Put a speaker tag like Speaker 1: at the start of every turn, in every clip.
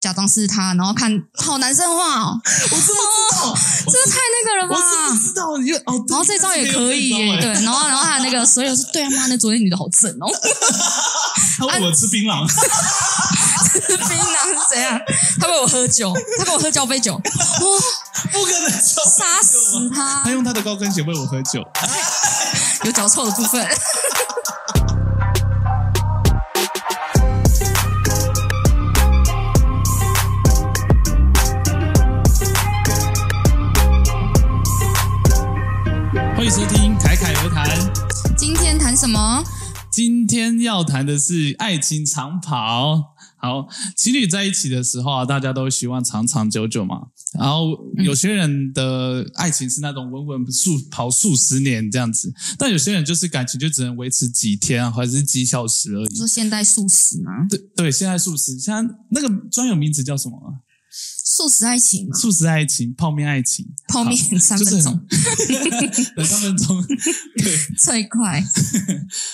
Speaker 1: 假装是他，然后 看好男生化哦，
Speaker 2: 我真的知道，
Speaker 1: 这太那个了
Speaker 2: 哦我
Speaker 1: 吧？
Speaker 2: 真的知道，你就哦，对
Speaker 1: 然后这招也可以耶，，
Speaker 2: 欸
Speaker 1: 对，然后然后还有那个，所以我说对啊妈，那昨天女的好正 哦，
Speaker 2: 他
Speaker 1: 啊
Speaker 2: 问我吃槟榔，
Speaker 1: 槟榔是怎样？他喂我喝酒，他给我喝交杯 酒，哦，
Speaker 2: 不可能说
Speaker 1: 杀死他
Speaker 2: 他！用他的高跟鞋喂我喝酒，
Speaker 1: 有脚臭的部分。
Speaker 2: 欢迎收听凯凯而谈。
Speaker 1: 今天谈什么？
Speaker 2: 今天要谈的是爱情长跑。好，情侣在一起的时候啊，大家都希望长长久久嘛。然后
Speaker 1: 嗯
Speaker 2: 有些人的爱情是那种稳稳数跑数十年这样子，但有些人就是感情就只能维持几天啊，或者是几小时而
Speaker 1: 你
Speaker 2: 已
Speaker 1: 说。现代素食吗？
Speaker 2: 对对，现在素食，现在那个专有名词叫什么啊？
Speaker 1: 素食爱情吗？
Speaker 2: 素食爱情、泡面爱情，
Speaker 1: 泡面三
Speaker 2: 就是
Speaker 1: 分
Speaker 2: 很
Speaker 1: 钟，
Speaker 2: 等三分钟。对，
Speaker 1: 最快。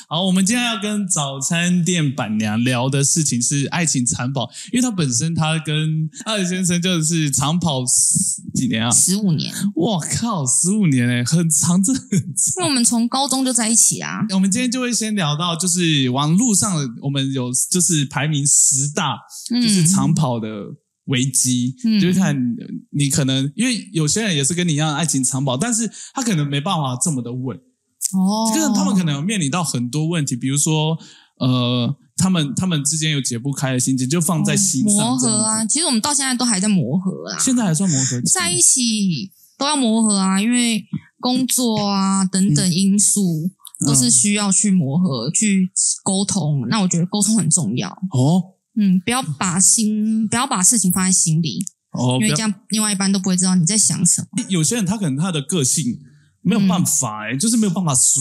Speaker 2: 好，我们今天要跟早餐店板娘聊的事情是爱情长跑，因为她本身她跟二先生就是长跑十几年啊，
Speaker 1: 十五年，
Speaker 2: 我靠，十五年哎、很长，这很长。
Speaker 1: 因为我们从高中就在一起啊。
Speaker 2: 我们今天就会先聊到，就是网络上我们有就是排名十大
Speaker 1: 嗯，
Speaker 2: 就是长跑的危机，
Speaker 1: 嗯
Speaker 2: 就是看你可能因为有些人也是跟你一样爱情长跑，但是他可能没办法这么的稳，
Speaker 1: 哦，
Speaker 2: 就是他们可能有面临到很多问题，比如说呃，他们他们之间有解不开的心结，就放在心上、
Speaker 1: 哦磨合
Speaker 2: 这样
Speaker 1: 啊。
Speaker 2: 子，
Speaker 1: 其实我们到现在都还在磨合啊。
Speaker 2: 现在还算磨合期，
Speaker 1: 在一起都要磨合啊，因为工作啊等等因素
Speaker 2: 嗯
Speaker 1: 都是需要去磨合、去沟通。那我觉得沟通很重要，
Speaker 2: 哦
Speaker 1: 嗯，不要把心不要把事情放在心里，
Speaker 2: 哦，
Speaker 1: 因为
Speaker 2: 不
Speaker 1: 这样另外一半都不会知道你在想什么，
Speaker 2: 要有些人他可能他的个性。没有办法哎、就是没有办法输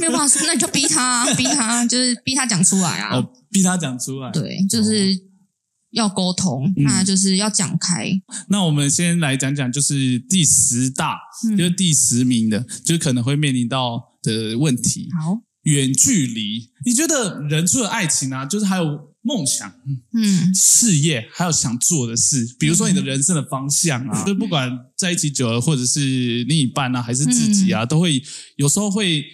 Speaker 1: 没有办法说，那你就逼他啊、逼他，就是逼他讲出来啊，
Speaker 2: 哦，逼他讲出来。
Speaker 1: 对，就是。要沟通，
Speaker 2: 嗯
Speaker 1: 那就是要讲开。
Speaker 2: 那我们先来讲讲，就是第十大，
Speaker 1: 嗯
Speaker 2: 就是第十名的，就是可能会面临到的问题。
Speaker 1: 好，
Speaker 2: 远距离，你觉得人除了爱情啊，就是还有梦想、
Speaker 1: 嗯，
Speaker 2: 事业，还有想做的事，比如说你的人生的方向啊，就不管在一起久了，或者是另一半啊，还是自己
Speaker 1: 嗯
Speaker 2: 啊，都会有时候会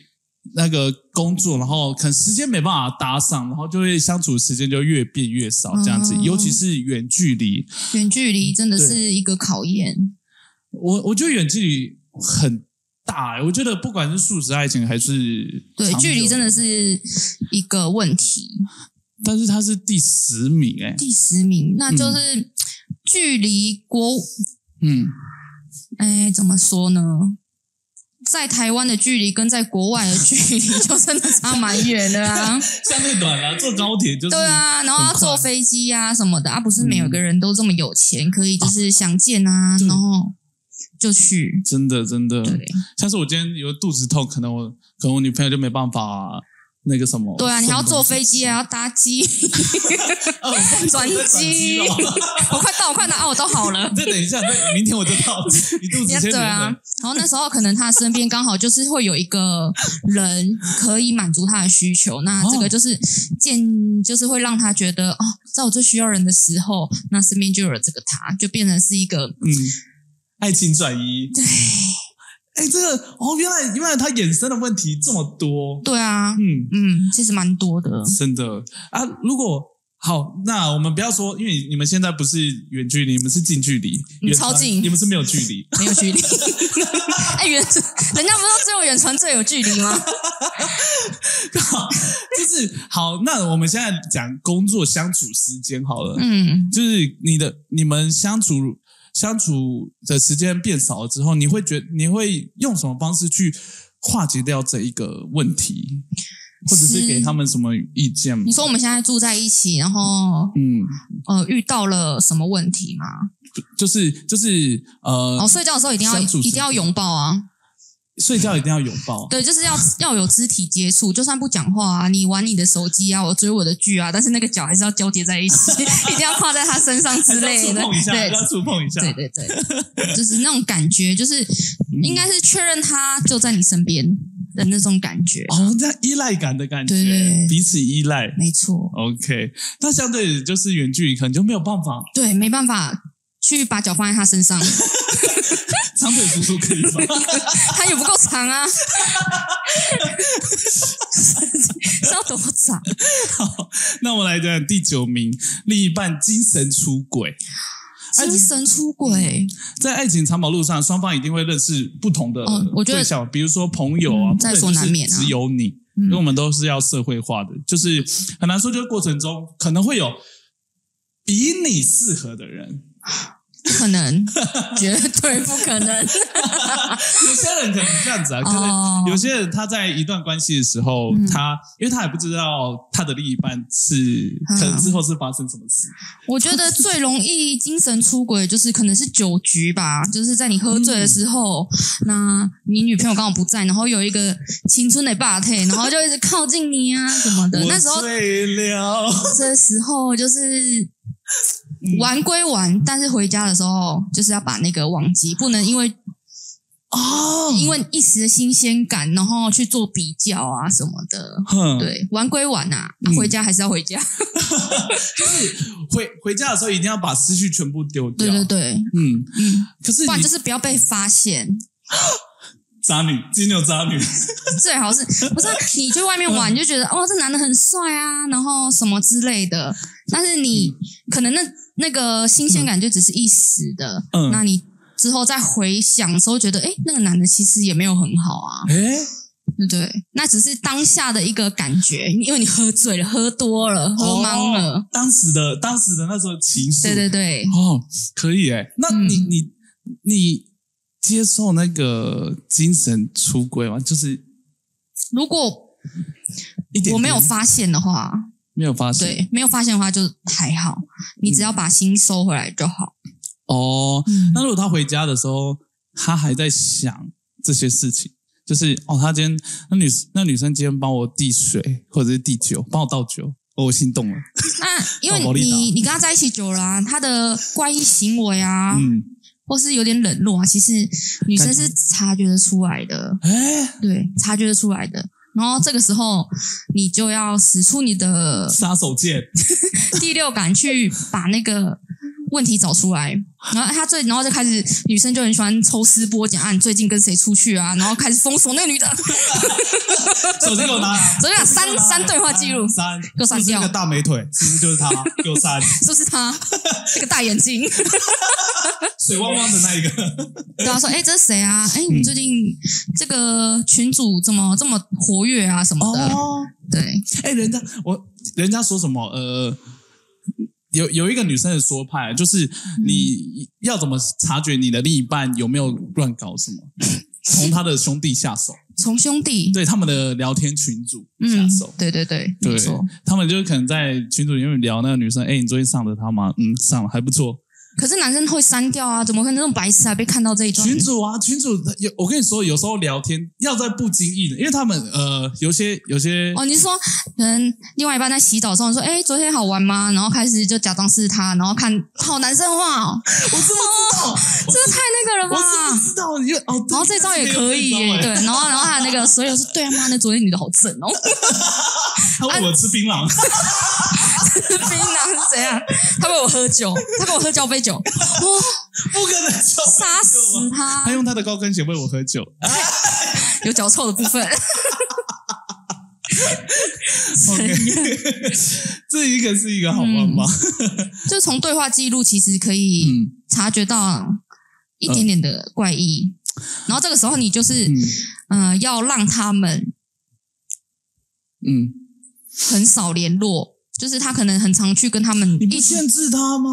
Speaker 2: 那个工作，然后可能时间没办法搭上，然后就会相处时间就越变越少，这样子，
Speaker 1: 哦
Speaker 2: 尤其是远距离，
Speaker 1: 远距离真的
Speaker 2: 嗯对
Speaker 1: 是一个考验。
Speaker 2: 我我觉得远距离很大、欸，我觉得不管是素食爱情还是
Speaker 1: 对，距离真
Speaker 2: 的，
Speaker 1: 的是一个问题。
Speaker 2: 但是它是第十名、欸，哎，
Speaker 1: 第十名，那就是距离国，
Speaker 2: 嗯，
Speaker 1: 哎、怎么说呢？在台湾的距离跟在国外的距离 就真的差蛮远的 啊！
Speaker 2: 相对短了、坐高铁就是
Speaker 1: 对，啊，然后要
Speaker 2: 很快嗯
Speaker 1: 坐飞机啊什么的啊，不是每个人都这么有钱，可以就是想见啊，然后就去。
Speaker 2: 真的真的，
Speaker 1: 对
Speaker 2: 像是我今天有肚子痛，可能我可能我女朋友就没办法、那个什么，
Speaker 1: 对啊，你还要
Speaker 2: 送东
Speaker 1: 坐
Speaker 2: 西
Speaker 1: 飞机，还要搭机，
Speaker 2: 哦我在
Speaker 1: 转
Speaker 2: 我在
Speaker 1: 机
Speaker 2: 了
Speaker 1: 我快到，我快到啊！我都好了。
Speaker 2: 哦 再等一下，再明天我就到，你肚子先
Speaker 1: 对啊
Speaker 2: 忍忍，
Speaker 1: 然后那时候可能他身边刚好就是会有一个人可以满足他的需求，那这个
Speaker 2: 哦
Speaker 1: 就是见，就是会让他觉得哦，在我最需要人的时候，那身边就有了这个他，就变成是一个
Speaker 2: 嗯，爱情转移，对，哎、这个哦，原来原来它衍生的问题这么多，
Speaker 1: 对啊，
Speaker 2: 嗯。
Speaker 1: 嗯，其实蛮多的，
Speaker 2: 真的啊！如果好，那我们不要说，因为你们现在不是远距离，你们是近距离，
Speaker 1: 嗯
Speaker 2: 远传
Speaker 1: 超近
Speaker 2: 你们是没有距离。
Speaker 1: 没有 距离。哎，远人家不是说只有远传最有距离吗？
Speaker 2: 就是好，那我们现在讲工作相处时间好了，
Speaker 1: 嗯，
Speaker 2: 就是你的你们相处相处的时间变少了之后，你会觉你会用什么方式去化解掉这一个问题，或者是
Speaker 1: 是
Speaker 2: 给他们什么意见吗
Speaker 1: 你？说我们现在住在一起，然后
Speaker 2: 嗯，
Speaker 1: 呃遇到了什么问题吗？
Speaker 2: 就是就是呃
Speaker 1: 哦，，睡觉的时候一定要
Speaker 2: 相处时
Speaker 1: 一定要拥抱啊。
Speaker 2: 睡觉一定要拥抱。
Speaker 1: 对，就是要要有肢体接触，就算不讲话啊，你玩你的手机啊，我追我的剧啊，但是那个脚还是要交叠在一起， 一定要跨在他身上之
Speaker 2: 还是
Speaker 1: 类
Speaker 2: 要
Speaker 1: 的
Speaker 2: 触碰一。下，还
Speaker 1: 对
Speaker 2: 是，要触碰一下。
Speaker 1: 对对对，就是那种感觉，就是应该是确认他就在你身边的那种感觉。
Speaker 2: 哦，这样依赖感的感觉，
Speaker 1: 对
Speaker 2: 彼此依赖。
Speaker 1: 没错，
Speaker 2: OK，那相对就是远距离，可能就没有办法。
Speaker 1: 对，没办法去把脚放在他身上，
Speaker 2: 长腿叔叔可以 吗？
Speaker 1: 他也不够长啊， 是要多 长？
Speaker 2: 好，那我们来讲第九名，另一半精神出轨。爱
Speaker 1: 精
Speaker 2: 情
Speaker 1: 神出轨，
Speaker 2: 在爱情长跑路上，双方一定会认识不同的
Speaker 1: 哦我觉得
Speaker 2: 对象，比如说朋友啊，
Speaker 1: 嗯
Speaker 2: 不可
Speaker 1: 在
Speaker 2: 能
Speaker 1: 所难免啊
Speaker 2: 就是只有你，
Speaker 1: 嗯
Speaker 2: 因为我们都是要社会化的，就是很难说。就是过程中可能会有比你适合的人，
Speaker 1: 不可能，绝对不可能。
Speaker 2: 有些人可能这样子啊，可
Speaker 1: 哦
Speaker 2: 能有些人他在一段关系的时候，
Speaker 1: 嗯
Speaker 2: 他因为他也不知道他的另一半是、
Speaker 1: 嗯
Speaker 2: 可能之后是发生什么事，
Speaker 1: 我觉得最容易精神出轨就是可能是酒局吧，就是在你喝醉的
Speaker 2: 嗯
Speaker 1: 时候，那你女朋友刚好不在，然后有一个青春的霸体，然后就一直靠近你啊什么的。
Speaker 2: 我
Speaker 1: 那时候
Speaker 2: 醉了，
Speaker 1: 这时候就是
Speaker 2: 嗯
Speaker 1: 玩归玩，但是回家的时候就是要把那个忘记，不能因为
Speaker 2: 哦，
Speaker 1: 因为一时的新鲜感，然后去做比较啊什么的。
Speaker 2: 哼，
Speaker 1: 对，玩归玩啊，啊
Speaker 2: 嗯
Speaker 1: 回家还是要回家。
Speaker 2: 回回家的时候一定要把思绪全部丢掉，
Speaker 1: 对对对，
Speaker 2: 嗯，
Speaker 1: 嗯，
Speaker 2: 可是
Speaker 1: 不然
Speaker 2: 你
Speaker 1: 就是不要被发现。
Speaker 2: 渣女，金牛渣 女，
Speaker 1: 最好是不是你去外面玩，你就觉得哦，这男的很帅啊，然后什么之类的。但是
Speaker 2: 嗯
Speaker 1: 你可能那那个新鲜感就只是一时的，
Speaker 2: 嗯
Speaker 1: 那你之后再回想的时候，觉得诶，那个男的其实也没有很好啊，
Speaker 2: 哎，
Speaker 1: 对不对？那只是当下的一个感觉，因为你喝醉了，喝多了，喝懵了，
Speaker 2: 哦，当时的当时的那时候情愫，
Speaker 1: 对对对，
Speaker 2: 哦，可以哎，那
Speaker 1: 嗯
Speaker 2: 你、你你接受那个精神出轨吗？就是
Speaker 1: 如果
Speaker 2: 一点点
Speaker 1: 我没有发现的话，
Speaker 2: 没有发现，
Speaker 1: 对，没有发现的话就还好，你只要把心收回来就好。
Speaker 2: 哦，
Speaker 1: 嗯
Speaker 2: 那如果他回家的时候，他还在想这些事情，就是哦，他今天那女那女生今天帮我递水或者是递酒，帮我倒酒，哦，我心动了，
Speaker 1: 那因为
Speaker 2: 宝宝丽
Speaker 1: 你你跟他在一起久了、啊，他的怪异行为啊，
Speaker 2: 嗯，
Speaker 1: 或是有点冷落啊，其实女生是察觉得出来的，
Speaker 2: 哎，
Speaker 1: 对，察觉得出来的。然后这个时候，你就要使出你的
Speaker 2: 杀手锏，
Speaker 1: 第六感去把那个问题找出来。然后他最，然后就开始，女生就很喜欢抽丝剥茧啊，你最近跟谁出去啊？然后开始封锁那个女的，
Speaker 2: 手机给我拿来，
Speaker 1: 手机拿
Speaker 2: 手机给
Speaker 1: 删
Speaker 2: 我拿来
Speaker 1: 删对话记录
Speaker 2: 删，
Speaker 1: 给我删掉
Speaker 2: 是不是那个大美腿是不是就是他？ 给我删，
Speaker 1: 是不是她？那个大眼睛。
Speaker 2: 水汪汪的那一 个，
Speaker 1: 对啊，说哎、诶这是谁啊？哎、你最近这个群主怎么这么活跃啊？什么的，
Speaker 2: 哦，
Speaker 1: 对，
Speaker 2: 哎、人家我人家说什么呃。有有一个女生的说派，就是
Speaker 1: 嗯
Speaker 2: 你要怎么察觉你的另一半有没有乱搞什么？从他的兄弟下 手，
Speaker 1: 从兄弟，
Speaker 2: 对他们的聊天群组下
Speaker 1: 嗯
Speaker 2: 手，。
Speaker 1: 对对对，
Speaker 2: 对
Speaker 1: 嗯没错。，
Speaker 2: 他们就是可能在群组里面聊那个女生，哎、你昨天上了她吗？嗯，上了，还不错。
Speaker 1: 可是男生会删掉啊，怎么可能那种白痴啊被看到这一段？
Speaker 2: 群主啊，群主有我跟你说，有时候聊天要在不经意的，因为他们呃，有些有些
Speaker 1: 哦，你是说可能另外一半在洗澡的时候说，哎、昨天好玩吗？然后开始就假装是他，然后看好男生化 哦，
Speaker 2: 我真不知道，
Speaker 1: 这个太那个了
Speaker 2: 我真
Speaker 1: 吧
Speaker 2: 不？知道，因为哦，
Speaker 1: 然
Speaker 2: 对
Speaker 1: 后啊这招也可以耶，，
Speaker 2: 啊
Speaker 1: 对，然后然后还有那个，所以我说对啊妈，那昨天女的好正哦，
Speaker 2: 他
Speaker 1: 啊
Speaker 2: 喂我吃槟榔，
Speaker 1: 槟榔是怎样？他喂我喝酒，他给我喝交杯酒，哦，
Speaker 2: 不可能叫我
Speaker 1: 杀
Speaker 2: 喝酒
Speaker 1: 死
Speaker 2: 吗。
Speaker 1: 他
Speaker 2: 他！用他的高跟鞋喂我喝酒，
Speaker 1: 有脚臭的部 分。
Speaker 2: OK 这一个是一个好办法。
Speaker 1: 就是从对话记录其实可以
Speaker 2: 嗯
Speaker 1: 察觉到一点点的怪异，然后这个时候你就是
Speaker 2: 嗯
Speaker 1: 嗯、呃要让他们
Speaker 2: 嗯，
Speaker 1: 很少联络，就是他可能很常去跟他们
Speaker 2: 你不
Speaker 1: 一起，
Speaker 2: 限制他吗？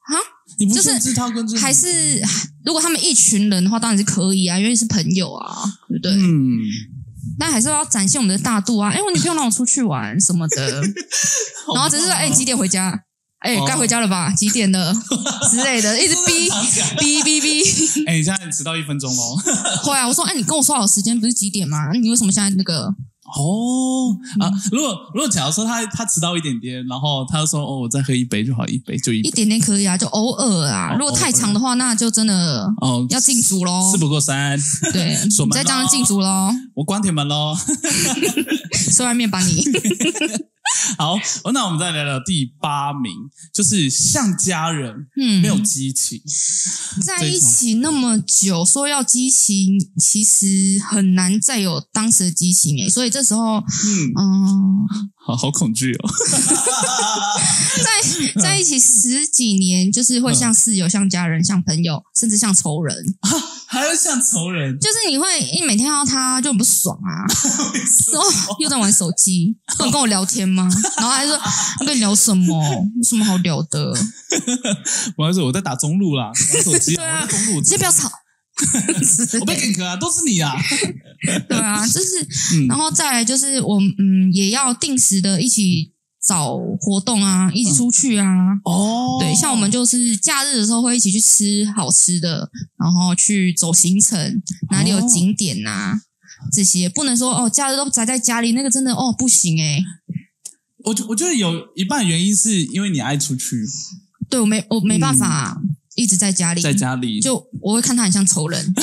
Speaker 1: 啊，
Speaker 2: 你不
Speaker 1: 就是
Speaker 2: 限制他跟这
Speaker 1: 还是如果他们一群人的话，当然是可以啊，因为是朋友啊，对不对？
Speaker 2: 嗯，
Speaker 1: 但还是要展现我们的大度啊！哎，我女朋友让我出去玩什么的，然后只是说，哎，你几点回家？哎
Speaker 2: 哦，
Speaker 1: 该回家了吧？几点 了之类的，一直逼逼逼逼。
Speaker 2: 哎，你现在迟到一分钟喽。
Speaker 1: 会啊，我说，哎，你跟我说好时间不是几点吗？你为什么现在那个？
Speaker 2: 哦啊，
Speaker 1: 嗯
Speaker 2: 如果如果假如说他他迟到一点点，然后他就说哦，我再喝一杯就好，一杯就一
Speaker 1: 一
Speaker 2: 杯
Speaker 1: 点点可以啊，就偶尔啊。
Speaker 2: 哦
Speaker 1: 如果太长的话，那就真的
Speaker 2: 哦，
Speaker 1: 要禁足喽
Speaker 2: 事。不过三，
Speaker 1: 对，
Speaker 2: 锁
Speaker 1: 你
Speaker 2: 门
Speaker 1: 再这样
Speaker 2: 咯
Speaker 1: 禁足喽，
Speaker 2: 我关铁门喽。
Speaker 1: 吃外面吧 你。
Speaker 2: 好，哦那我们再聊聊第八名，就是像家人
Speaker 1: 嗯，
Speaker 2: 没有激情，
Speaker 1: 在一起那么久，说要激情，其实很难再有当时的激情诶。所以这时候，
Speaker 2: 嗯，
Speaker 1: 嗯、
Speaker 2: 好好恐惧哦。
Speaker 1: 在在一起十几年，就是会像室友、像家人、像朋
Speaker 2: 嗯
Speaker 1: 友，甚至像仇人。
Speaker 2: 还要像仇人，
Speaker 1: 就是你会你每天看到他就很不爽啊， 说哦又在玩手机，不能跟我聊天 吗？然后还说你跟你聊什么？有什么好聊的？
Speaker 2: 我还说我在打中路啦，玩手机
Speaker 1: 对啊
Speaker 2: 啊，我在中路，
Speaker 1: 先不要吵。
Speaker 2: 我被梗哥啊，都是你啊，
Speaker 1: 对啊，就是
Speaker 2: 嗯，
Speaker 1: 然后再来就是我们嗯也要定时的一起找活动啊，一起出去啊。
Speaker 2: 哦，
Speaker 1: 对，像我们就是假日的时候会一起去吃好吃的，然后去走行程，哪里有景点啊、这些，不能说哦假日都宅在家里，那个真的哦不行诶、
Speaker 2: 我觉我觉得有一半原因是因为你爱出去，
Speaker 1: 嗯对我没我没办法、一直在家里，
Speaker 2: 嗯在家里
Speaker 1: 就我会看他很像仇 人，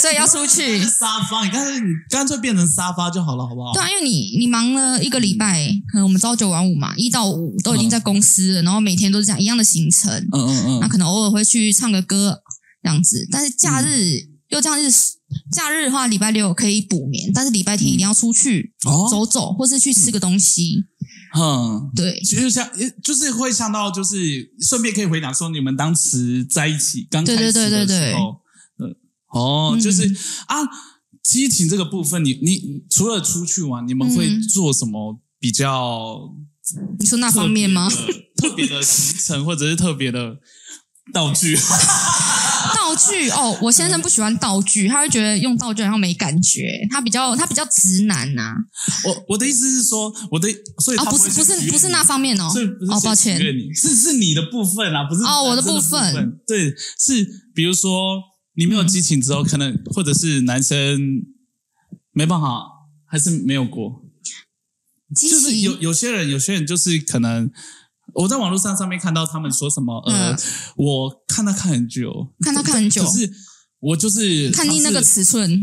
Speaker 1: 所以要出去。
Speaker 2: 沙发，你干脆你干脆变成沙发就好了，好不好？
Speaker 1: 对啊，因为你你忙了一个礼拜，可能我们朝九晚五嘛，一到五都已经在公司了，然后每天都是这样一样的行程，
Speaker 2: 嗯嗯
Speaker 1: 那
Speaker 2: 嗯，
Speaker 1: 可能偶尔会去唱个歌这样子，但是假日、又这样日假日的话，礼拜六可以补眠，但是礼拜天一定要出去、
Speaker 2: 哦，
Speaker 1: 走走，或是去吃个东西。
Speaker 2: 嗯。
Speaker 1: 对，
Speaker 2: 其实像，就是会想到，就是顺便可以回答说，你们当时在一起刚开始的时候，
Speaker 1: 对对对对对
Speaker 2: 嗯哦，
Speaker 1: 嗯
Speaker 2: 就是啊，激情这个部分，你你除了出去玩，你们会
Speaker 1: 嗯
Speaker 2: 做什么比较
Speaker 1: 你说那
Speaker 2: 特
Speaker 1: 方
Speaker 2: 别
Speaker 1: 面
Speaker 2: 的
Speaker 1: 吗？？
Speaker 2: 特别的行程，或者是特别的道 具？
Speaker 1: 道具哦，我先生不喜欢道具，他会觉得用道具好像没感觉，他比较他比较直男呐、
Speaker 2: 我我的意思是说，我的所以
Speaker 1: 啊。
Speaker 2: 他
Speaker 1: 哦，不
Speaker 2: 会
Speaker 1: 是
Speaker 2: 去
Speaker 1: 不是
Speaker 2: 取悦
Speaker 1: 不是
Speaker 2: 你
Speaker 1: 那方面哦
Speaker 2: 所以不，是
Speaker 1: 哦，
Speaker 2: 谁
Speaker 1: 抱
Speaker 2: 取
Speaker 1: 歉
Speaker 2: 悦，你是是你的部分啊，不是
Speaker 1: 哦我的
Speaker 2: 男生的
Speaker 1: 部分嗯
Speaker 2: 分。对，是比如说你没有激情之后，可能或者是男生没办法，还是没有过。
Speaker 1: 激
Speaker 2: 就是有
Speaker 1: 情
Speaker 2: 有些人，有些人就是可能我在网络上上面看到他们说什么，呃，
Speaker 1: 嗯
Speaker 2: 我看他看很久，
Speaker 1: 看他看很久
Speaker 2: 可，是我就是
Speaker 1: 看腻那个
Speaker 2: 尝
Speaker 1: 尺
Speaker 2: 试
Speaker 1: 寸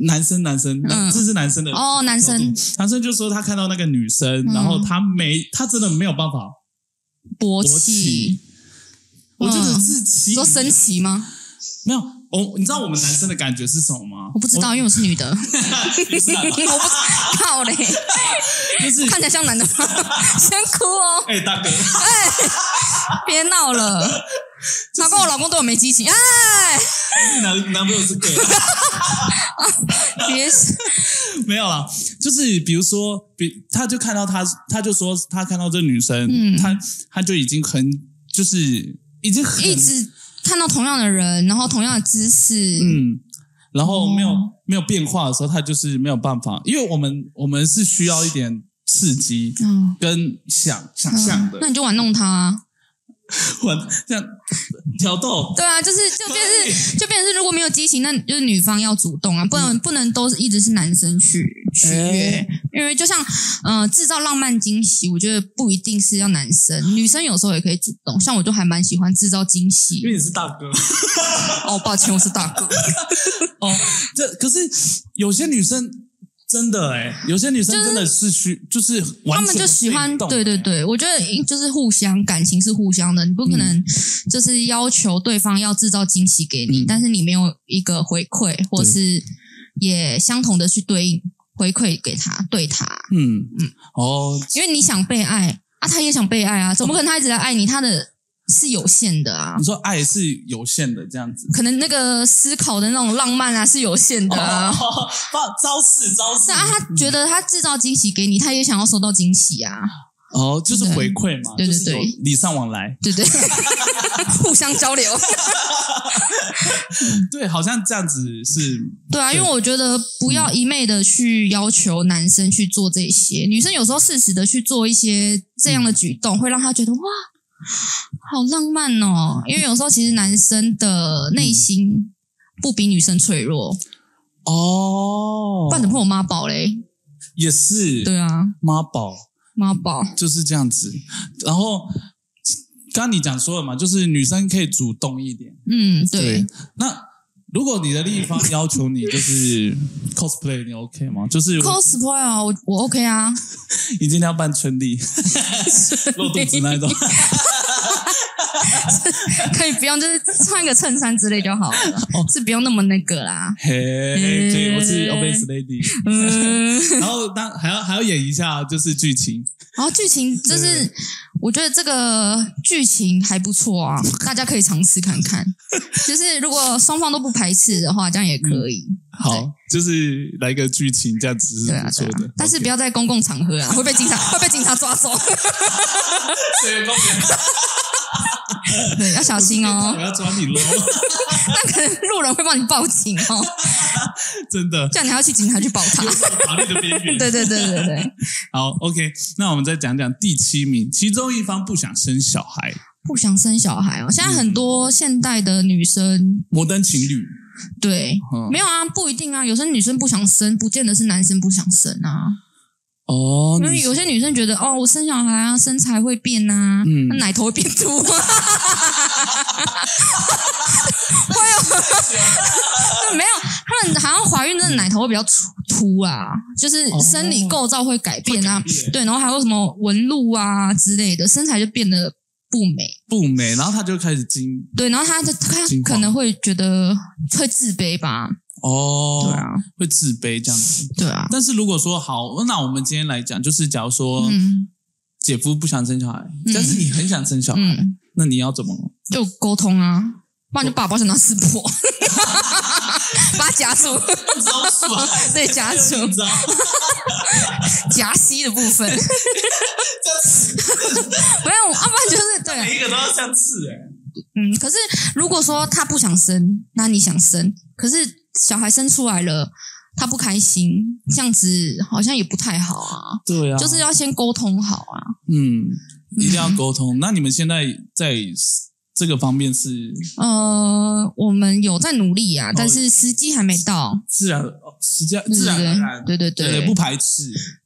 Speaker 2: 男生男生，
Speaker 1: 嗯
Speaker 2: 这是男生的
Speaker 1: 哦，男生
Speaker 2: 男生就说他看到那个女生，
Speaker 1: 嗯
Speaker 2: 然后他没，他真的没有办法
Speaker 1: 勃
Speaker 2: 勃起
Speaker 1: 起，。
Speaker 2: 我觉得
Speaker 1: 嗯
Speaker 2: 是奇
Speaker 1: 你说升旗吗？
Speaker 2: 没有我，你知道我们男生的感觉是什么吗？
Speaker 1: 我不知道，因为我是女 的，
Speaker 2: 我，是啊
Speaker 1: 我不知道嘞，
Speaker 2: 就是
Speaker 1: 看起来像 男的吗？先哭哦，
Speaker 2: 哎、 大哥，
Speaker 1: 别闹了。难怪我老公对我没激情，哎，
Speaker 2: 男男朋友是 gay，
Speaker 1: 别
Speaker 2: 没有啦，就是比如说，比他就看到他，他就说他看到这女生，
Speaker 1: 嗯
Speaker 2: 他他就已经很就是已经很
Speaker 1: 一直看到同样的人，然后同样的姿势，
Speaker 2: 嗯，然后
Speaker 1: 哦
Speaker 2: 没有、没有变化的时候，他就是没有办法，因为我们我们是需要一点刺激
Speaker 1: 嗯，
Speaker 2: 跟想想象的
Speaker 1: 那，你就玩弄他啊。
Speaker 2: 我这样挑逗，
Speaker 1: 对啊，就是就变成是就变成是，如果没有激情，那就是女方要主动啊，不
Speaker 2: 嗯
Speaker 1: 能、不能都是一直是男生去取
Speaker 2: 哎
Speaker 1: 悦，因为就像呃制造浪漫惊喜，我觉得不一定是要男生，女生有时候也可以主动。像我就还蛮喜欢制造惊喜
Speaker 2: 因。为你是大哥
Speaker 1: 哦，抱歉，我是大哥，
Speaker 2: 哦。这可是有些女生真的哎、有些女生真的是需就是完
Speaker 1: 他
Speaker 2: 全
Speaker 1: 们就喜欢
Speaker 2: 被动欸哎
Speaker 1: 对对，对，我觉得就是互相感情是互相的，你不可能就是要求对方要制造惊喜给你，
Speaker 2: 嗯嗯
Speaker 1: 但是你没有一个回馈，或
Speaker 2: 对
Speaker 1: 是也相同的去对应回馈给他，对他。
Speaker 2: 嗯嗯哦
Speaker 1: 因为你想被爱啊，他也想被爱啊，怎么可能他一直在爱你？他的是有限的啊
Speaker 2: 你，说爱是有限的这样子。
Speaker 1: 可能那个思考的那种浪漫啊是有限的 啊。
Speaker 2: 哦，招式招式
Speaker 1: 是啊，他觉得他制造惊喜给你，他也想要收到惊喜啊，
Speaker 2: 哦，就是回馈嘛，
Speaker 1: 对对
Speaker 2: 就是有
Speaker 1: 对
Speaker 2: 礼尚往来，
Speaker 1: 对不 对？互相交流，
Speaker 2: 对，好像这样子是
Speaker 1: 对啊，因为我觉得不要一昧的去要求男生去做这些，女生有时候适时的去做一些这样的举动，会让他觉得哇，好浪漫哦。因为有时候其实男生的内心不比女生脆弱，
Speaker 2: 哦，
Speaker 1: 不然怎么会有妈宝嘞？
Speaker 2: 也是
Speaker 1: 对啊，
Speaker 2: 妈宝
Speaker 1: 妈宝，
Speaker 2: 就是这样子。然后刚刚你讲说了嘛，就是女生可以主动一点。
Speaker 1: 嗯，对，
Speaker 2: 那如果你的另一方要求你就是 cosplay，你 OK 吗？就是我
Speaker 1: cosplay 啊，我我 OK 啊，
Speaker 2: 你今天要扮春丽，露肚子那一种，
Speaker 1: 可以不用，就是穿个衬衫之类就好了，
Speaker 2: 哦
Speaker 1: 是不用那么那个啦。
Speaker 2: 嘿，可以，我是
Speaker 1: 嘿
Speaker 2: obese lady。
Speaker 1: 嗯，
Speaker 2: 然后当还要还要演一下就是剧情，
Speaker 1: 然后剧情就是，我觉得这个剧情还不错啊，大家可以尝试看 看。就是如果双方都不排斥的话，这样也可以。
Speaker 2: 好，就是来个剧情这样子嗯是
Speaker 1: 对啊
Speaker 2: 不，错
Speaker 1: 对啊
Speaker 2: 的。，
Speaker 1: 但是
Speaker 2: OK
Speaker 1: 不要在公共场合啊，会被 警察会被警察抓走。
Speaker 2: 对公平
Speaker 1: 对，要小心
Speaker 2: 我
Speaker 1: 哦，
Speaker 2: 要抓你喽！
Speaker 1: 那可能路人会帮你报警哦，
Speaker 2: 真 的，
Speaker 1: 这样你还要去警察去报 他。
Speaker 2: 法律的边缘。
Speaker 1: 对对对对对，
Speaker 2: 好，OK，那我们再讲讲第七名，其中一方不想生小孩，
Speaker 1: 不想生小孩哦，
Speaker 2: 嗯
Speaker 1: 现在很多现代的女生，
Speaker 2: 摩登情侣。
Speaker 1: 对，
Speaker 2: 嗯
Speaker 1: 没有啊，不一定啊，有些女生不想生，不见得是男生不想生啊。
Speaker 2: 哦，
Speaker 1: 因为
Speaker 2: 你
Speaker 1: 有些女生觉得哦，我生小孩啊，身材会变啊，
Speaker 2: 嗯
Speaker 1: 那奶头会变粗 啊，会有 没有？她们好像怀孕真的奶头会比较粗凸啊，就是生理构造会改变啊，
Speaker 2: 哦会改变
Speaker 1: 对，然后还有什么纹路啊之类的，身材就变得不美。
Speaker 2: 不美，然后他就开始惊
Speaker 1: 对，然后她就她
Speaker 2: 情况
Speaker 1: 可能会觉得会自卑吧，
Speaker 2: 哦，
Speaker 1: 对啊，
Speaker 2: 会自卑这样子。
Speaker 1: 对啊，
Speaker 2: 但是如果说好，那我们今天来讲，就是假如说
Speaker 1: 嗯
Speaker 2: 姐夫不想生小孩，但是你很想生小孩，
Speaker 1: 嗯，
Speaker 2: 那你要怎么？
Speaker 1: 就沟通啊，不然就把保险拿撕破， 把它夹住。
Speaker 2: 招数啊，
Speaker 1: 对夹住
Speaker 2: 招，
Speaker 1: 夹息的部 分，没有，啊要不然就是对，
Speaker 2: 每一个都要像刺哎。
Speaker 1: 嗯。可是如果说他不想生，那你想生，可是小孩生出来了，他不开心，这样子好像也不太好啊。
Speaker 2: 对啊，
Speaker 1: 就是要先沟通好啊。
Speaker 2: 嗯，一定要沟
Speaker 1: 嗯
Speaker 2: 通。那你们现在在这个方面是
Speaker 1: 呃，我们有在努力啊，
Speaker 2: 哦
Speaker 1: 但是时机还没到，
Speaker 2: 自然哦是这样
Speaker 1: 对
Speaker 2: 自然而然，
Speaker 1: 对对嗯对
Speaker 2: 对，不排斥，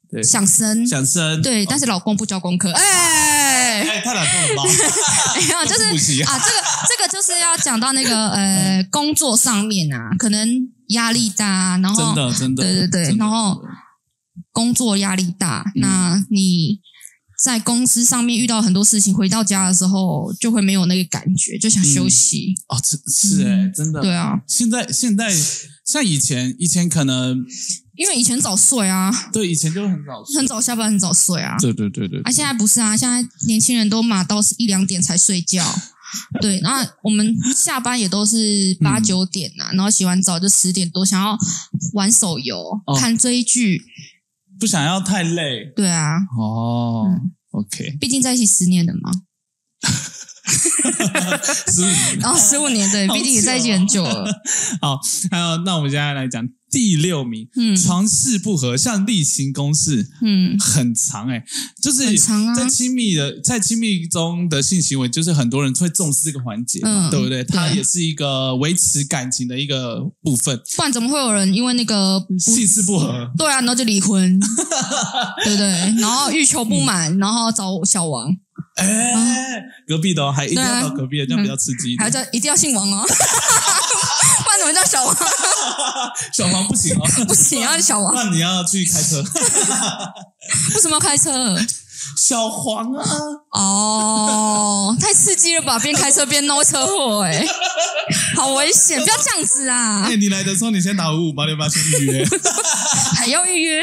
Speaker 2: 对，
Speaker 1: 想生，
Speaker 2: 想生，
Speaker 1: 对，但是老公不交功课，哎、
Speaker 2: 哦哎，太懒惰了吧？
Speaker 1: 没有， 就是
Speaker 2: 不行啊
Speaker 1: 啊，
Speaker 2: 嗯
Speaker 1: 这个这个就是要讲到那个呃工作上面啊，可能压力大，然
Speaker 2: 真
Speaker 1: 后
Speaker 2: 的真的，
Speaker 1: 哦对对对
Speaker 2: 真的
Speaker 1: 然后工作压力大，
Speaker 2: 嗯
Speaker 1: 那你在公司上面遇到很多事情，回到家的时候就会没有那个感觉，就想休息。
Speaker 2: 哦，真是哎，
Speaker 1: 嗯
Speaker 2: 真的，
Speaker 1: 对啊，
Speaker 2: 现在现在像以前，以前可能
Speaker 1: 因为以前早睡啊，
Speaker 2: 对以前就很早睡，
Speaker 1: 很早下班，很早睡啊。
Speaker 2: 对对对对，
Speaker 1: 啊，现在不是啊，现在年轻人都马到是一两点才睡觉。对，那我们下班也都是八
Speaker 2: 嗯
Speaker 1: 九点呐、然后洗完澡就十点多，想要玩手游、
Speaker 2: 哦
Speaker 1: 看追剧。
Speaker 2: 不想要太累
Speaker 1: 对啊，
Speaker 2: 哦
Speaker 1: 嗯。
Speaker 2: OK，
Speaker 1: 毕竟在一起十年了 嘛，
Speaker 2: 是
Speaker 1: 然后哦十五年，对，
Speaker 2: 好哦
Speaker 1: 毕竟也在一起很久 了。
Speaker 2: 好，还有那我们现在来讲第六名，
Speaker 1: 嗯
Speaker 2: 床事不合，像例行公事
Speaker 1: 嗯，
Speaker 2: 很长哎、就是
Speaker 1: 很长啊
Speaker 2: 在亲密的在亲密中的性行为，就是很多人会重视这个环节嘛，
Speaker 1: 嗯
Speaker 2: 对不对？它
Speaker 1: 对
Speaker 2: 也是一个维持感情的一个部分。
Speaker 1: 不然怎么会有人因为那个不
Speaker 2: 性事不合，
Speaker 1: 对啊，然后就离 婚，对不对？然后欲求不
Speaker 2: 嗯
Speaker 1: 满，然后找小王，
Speaker 2: 哎、隔壁的、哦、还一定
Speaker 1: 对
Speaker 2: 要
Speaker 1: 啊
Speaker 2: 到隔壁的，这样比较刺激一
Speaker 1: 还要
Speaker 2: 点。
Speaker 1: 叫一定要姓王哦， 不然怎么叫小王？
Speaker 2: 小黄不行哦，
Speaker 1: 不行啊，小 王
Speaker 2: 那你要去开车。
Speaker 1: 为什么要开车？
Speaker 2: 小黄啊，
Speaker 1: 哦，太刺激了吧！边开车边闹车祸、 哎，好危险！不要这样子啊
Speaker 2: 哎、，你来的时候你先打五五八六八先预约。
Speaker 1: 还哎要预约。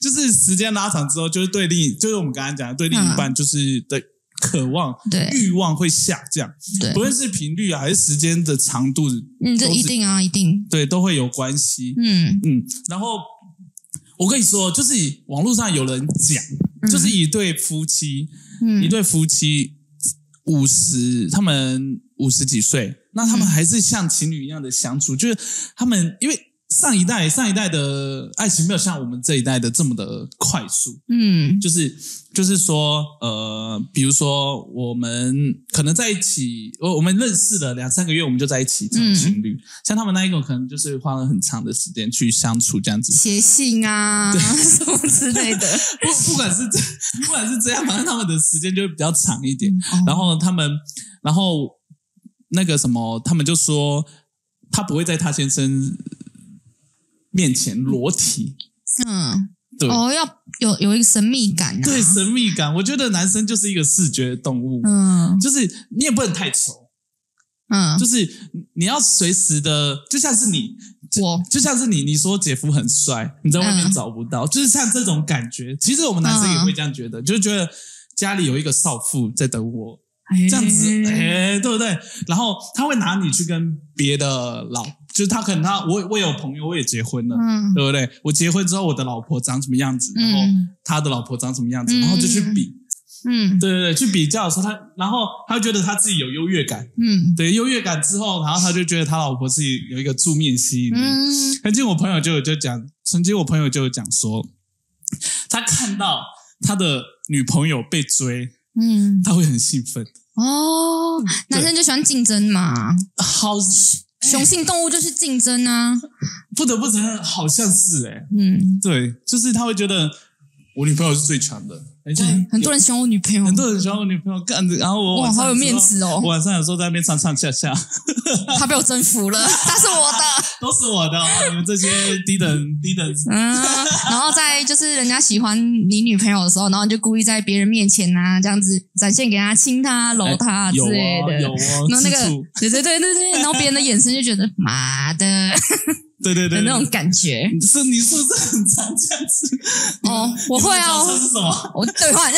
Speaker 2: 就是时间拉长之后，就是对另，就是我们刚刚讲的，对另一半就是的渴望、
Speaker 1: 对
Speaker 2: 欲望会下降，
Speaker 1: 对
Speaker 2: 不，论是频率啊，还是时间的长度，
Speaker 1: 嗯，这
Speaker 2: 都是
Speaker 1: 一定啊，一定。
Speaker 2: 对都会有关系。
Speaker 1: 嗯，
Speaker 2: 嗯，然后我跟你说，就是网络上有人讲，
Speaker 1: 嗯
Speaker 2: 就是一对夫妻，
Speaker 1: 嗯
Speaker 2: 一对夫妻五十，他们五十几岁，那他们还是像情侣一样的相处，就是他们因为。上一代上一代的爱情没有像我们这一代的这么的快速，
Speaker 1: 嗯
Speaker 2: 就是就是说，呃，比如说我们可能在一起，我我们认识了两三个月，我们就在一起成情侣。像他们那一种，可能就是花了很长的时间去相处这样子。
Speaker 1: 写信 啊什么之类的，
Speaker 2: 不不管是这，不管是这样，反正他们的时间就会比较长一点。
Speaker 1: 嗯
Speaker 2: 然后他们，然后那个什么，他们就说他不会在他先生面前裸体，
Speaker 1: 嗯
Speaker 2: 对、
Speaker 1: 哦要有有一个神秘感啊，
Speaker 2: 对，神秘感。我觉得男生就是一个视觉动物，
Speaker 1: 嗯
Speaker 2: 就是你也不能太丑，
Speaker 1: 嗯
Speaker 2: 就是你要随时的，就像是你。就
Speaker 1: 我
Speaker 2: 就像是你，你说姐夫很帅，你在外面
Speaker 1: 嗯
Speaker 2: 找不到，就是像这种感觉。其实我们男生也会这样觉得，
Speaker 1: 嗯
Speaker 2: 就觉得家里有一个少妇在等我，这样子，
Speaker 1: 哎
Speaker 2: 哎、对不对？然后他会拿你去跟别的老，就是他可能他我我有朋友，我也结婚了，
Speaker 1: 嗯
Speaker 2: 对不对？我结婚之后，我的老婆长什么样子，然后
Speaker 1: 嗯
Speaker 2: 他的老婆长什么样子，
Speaker 1: 嗯
Speaker 2: 然后就去比，
Speaker 1: 嗯
Speaker 2: 对对对，去比较的时候，他然后他觉得他自己有优越感，
Speaker 1: 嗯
Speaker 2: 对优越感之后，然后他就觉得他老婆自己有一个负面吸引力。
Speaker 1: 嗯
Speaker 2: 曾经我朋友就有就讲，曾经我朋友就有讲说，他看到他的女朋友被追，
Speaker 1: 嗯
Speaker 2: 他会很兴奋，嗯
Speaker 1: 哦，男生就喜欢竞争嘛，
Speaker 2: 好。
Speaker 1: 雄性动物就是竞争啊，
Speaker 2: 不得不承认，好像是哎、
Speaker 1: 嗯，
Speaker 2: 对，就是他会觉得我女朋友是最强的，很像
Speaker 1: 对，很多人喜欢我女朋友
Speaker 2: 很，多人喜欢我女朋友干的，然后我
Speaker 1: 哇
Speaker 2: 晚上
Speaker 1: 好有面
Speaker 2: 的时候
Speaker 1: 子哦
Speaker 2: 我晚上有时候在那边上上下下，
Speaker 1: 她被我征服了，她是我的。
Speaker 2: 都是我的、哦，你们这些低等 低等，
Speaker 1: 嗯，然后再就是人家喜欢你女朋友的时候，然后你就故意在别人面前啊，这样子展现给他亲她、
Speaker 2: 哎
Speaker 1: 搂她之
Speaker 2: 有
Speaker 1: 类
Speaker 2: 哦
Speaker 1: 的。
Speaker 2: 有哦，
Speaker 1: 欸然后那
Speaker 2: 吃
Speaker 1: 个
Speaker 2: 醋，
Speaker 1: 对对对对对，然后别人的眼神就觉得妈的
Speaker 2: 对对
Speaker 1: 的
Speaker 2: 对，
Speaker 1: 那种感觉。
Speaker 2: 对是你是不是很常这样子？
Speaker 1: 哦，我会啊，
Speaker 2: 你们的角色是什么？
Speaker 1: 我我兑换，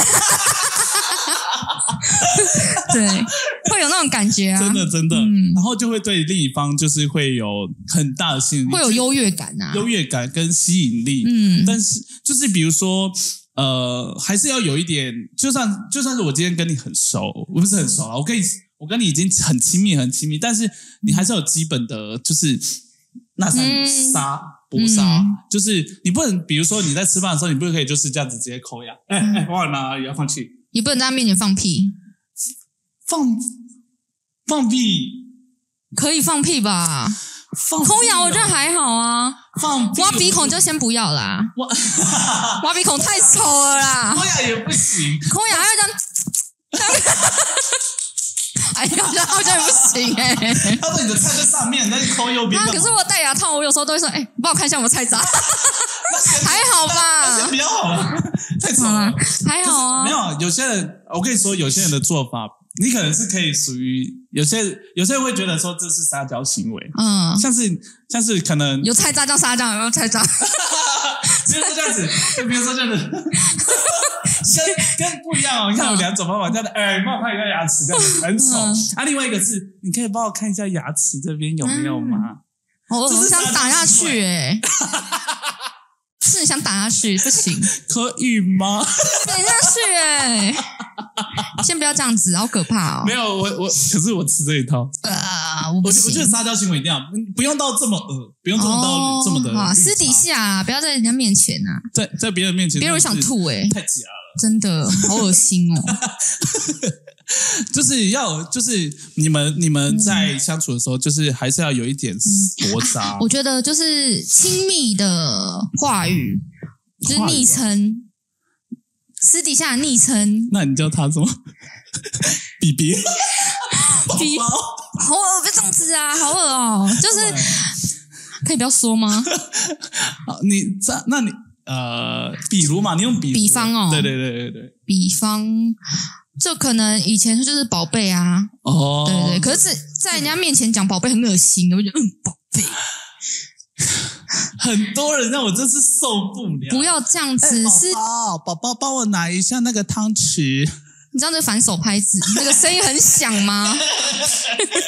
Speaker 1: 对，会有那种感觉啊，
Speaker 2: 真的真的，
Speaker 1: 嗯
Speaker 2: 然后就会对另一方就是会有很大的吸引力，
Speaker 1: 会有优越感啊，
Speaker 2: 优越感跟吸引力，
Speaker 1: 嗯
Speaker 2: 但是就是比如说，呃，还是要有一点，就算就算是我今天跟你很熟，我不是很熟啊，我跟你我跟你已经很亲密很亲密，但是你还是有基本的，就是那三
Speaker 1: 嗯
Speaker 2: 杀搏杀，
Speaker 1: 嗯
Speaker 2: 就是你不能，比如说你在吃饭的时候，你不可以就是这样子直接抠牙，哎、
Speaker 1: 嗯
Speaker 2: 哎，忘了也要放弃
Speaker 1: 也不能在他面前放屁，
Speaker 2: 放放屁
Speaker 1: 可以放屁吧？
Speaker 2: 放屁哦
Speaker 1: 空咬我觉得还好啊，
Speaker 2: 放屁
Speaker 1: 挖鼻孔就先不要啦，
Speaker 2: 挖
Speaker 1: 挖鼻孔太丑了啦，
Speaker 2: 抠牙也不行，
Speaker 1: 空牙还要这样。 哎呀，这样好像也不行哎、
Speaker 2: 他说你的菜在上面，那你抠右边
Speaker 1: 啊，
Speaker 2: 干嘛。
Speaker 1: 可是我戴牙套，我有时候都会说，哎、你帮我看一下我们菜渣， 还好
Speaker 2: 这
Speaker 1: 吧？
Speaker 2: 比较好 了，太丑
Speaker 1: 好啦
Speaker 2: 了。，
Speaker 1: 还好啊
Speaker 2: 没。有，有些人，我跟你说，有些人的做法，你可能是可以属于有些有些人会觉得说这是撒娇行为，
Speaker 1: 嗯，
Speaker 2: 像是像是可能，
Speaker 1: 有菜渣叫沙酱，有没有菜渣？
Speaker 2: 比如说这样子，就比如说这样 子，跟跟不一样哦。你看有两种方法，这样的，哎，帮我看一下牙齿，这样子很丑
Speaker 1: 嗯。
Speaker 2: 啊，另外一个是，你可以帮我看一下牙齿这边有没有
Speaker 1: 嗯
Speaker 2: 吗？
Speaker 1: 我
Speaker 2: 这
Speaker 1: 我
Speaker 2: 是
Speaker 1: 想
Speaker 2: 沙
Speaker 1: 打下
Speaker 2: 酱行
Speaker 1: 去哎、是想打下去，不行，
Speaker 2: 可以吗？
Speaker 1: 打下去哎、 先不要这样子，好可怕哦
Speaker 2: 没。有，我我，可是我吃这一套。
Speaker 1: 呃，我
Speaker 2: 我
Speaker 1: 不
Speaker 2: 觉
Speaker 1: 行。
Speaker 2: 我觉得撒娇行为一定要嗯不用到这么恶，不用这么到、
Speaker 1: 哦，
Speaker 2: 这么的绿
Speaker 1: 好
Speaker 2: 茶。
Speaker 1: 私底下啊，不要在人家面前啊，
Speaker 2: 在在别人面前，
Speaker 1: 别人会想，吐哎、
Speaker 2: 太假了。
Speaker 1: 真的好恶心 哦。
Speaker 2: 就是要就是你们你们在相处的时候，就是还是要有一点搏杀。
Speaker 1: 我觉得就是亲密的话语，就是
Speaker 2: 话语啊
Speaker 1: 昵称，私底下的昵称，
Speaker 2: 那你叫他 什么？比比
Speaker 1: 比
Speaker 2: 包
Speaker 1: 好恶，别这样子啊，好恶哦，就是可以不要说吗？
Speaker 2: 好，你这那你呃，比如嘛，你用比如
Speaker 1: 比方哦
Speaker 2: 对对对对对，
Speaker 1: 比方。就可能以前就是宝贝啊，
Speaker 2: 哦，
Speaker 1: 对对，可是在人家面前讲宝贝很恶心，我就觉得嗯，宝贝
Speaker 2: 很多人让我真是受不了。
Speaker 1: 不要这样
Speaker 2: 哎
Speaker 1: 子，是
Speaker 2: 宝宝宝宝帮我拿一下那个汤匙。
Speaker 1: 你知道那反手拍子那个声音很响吗？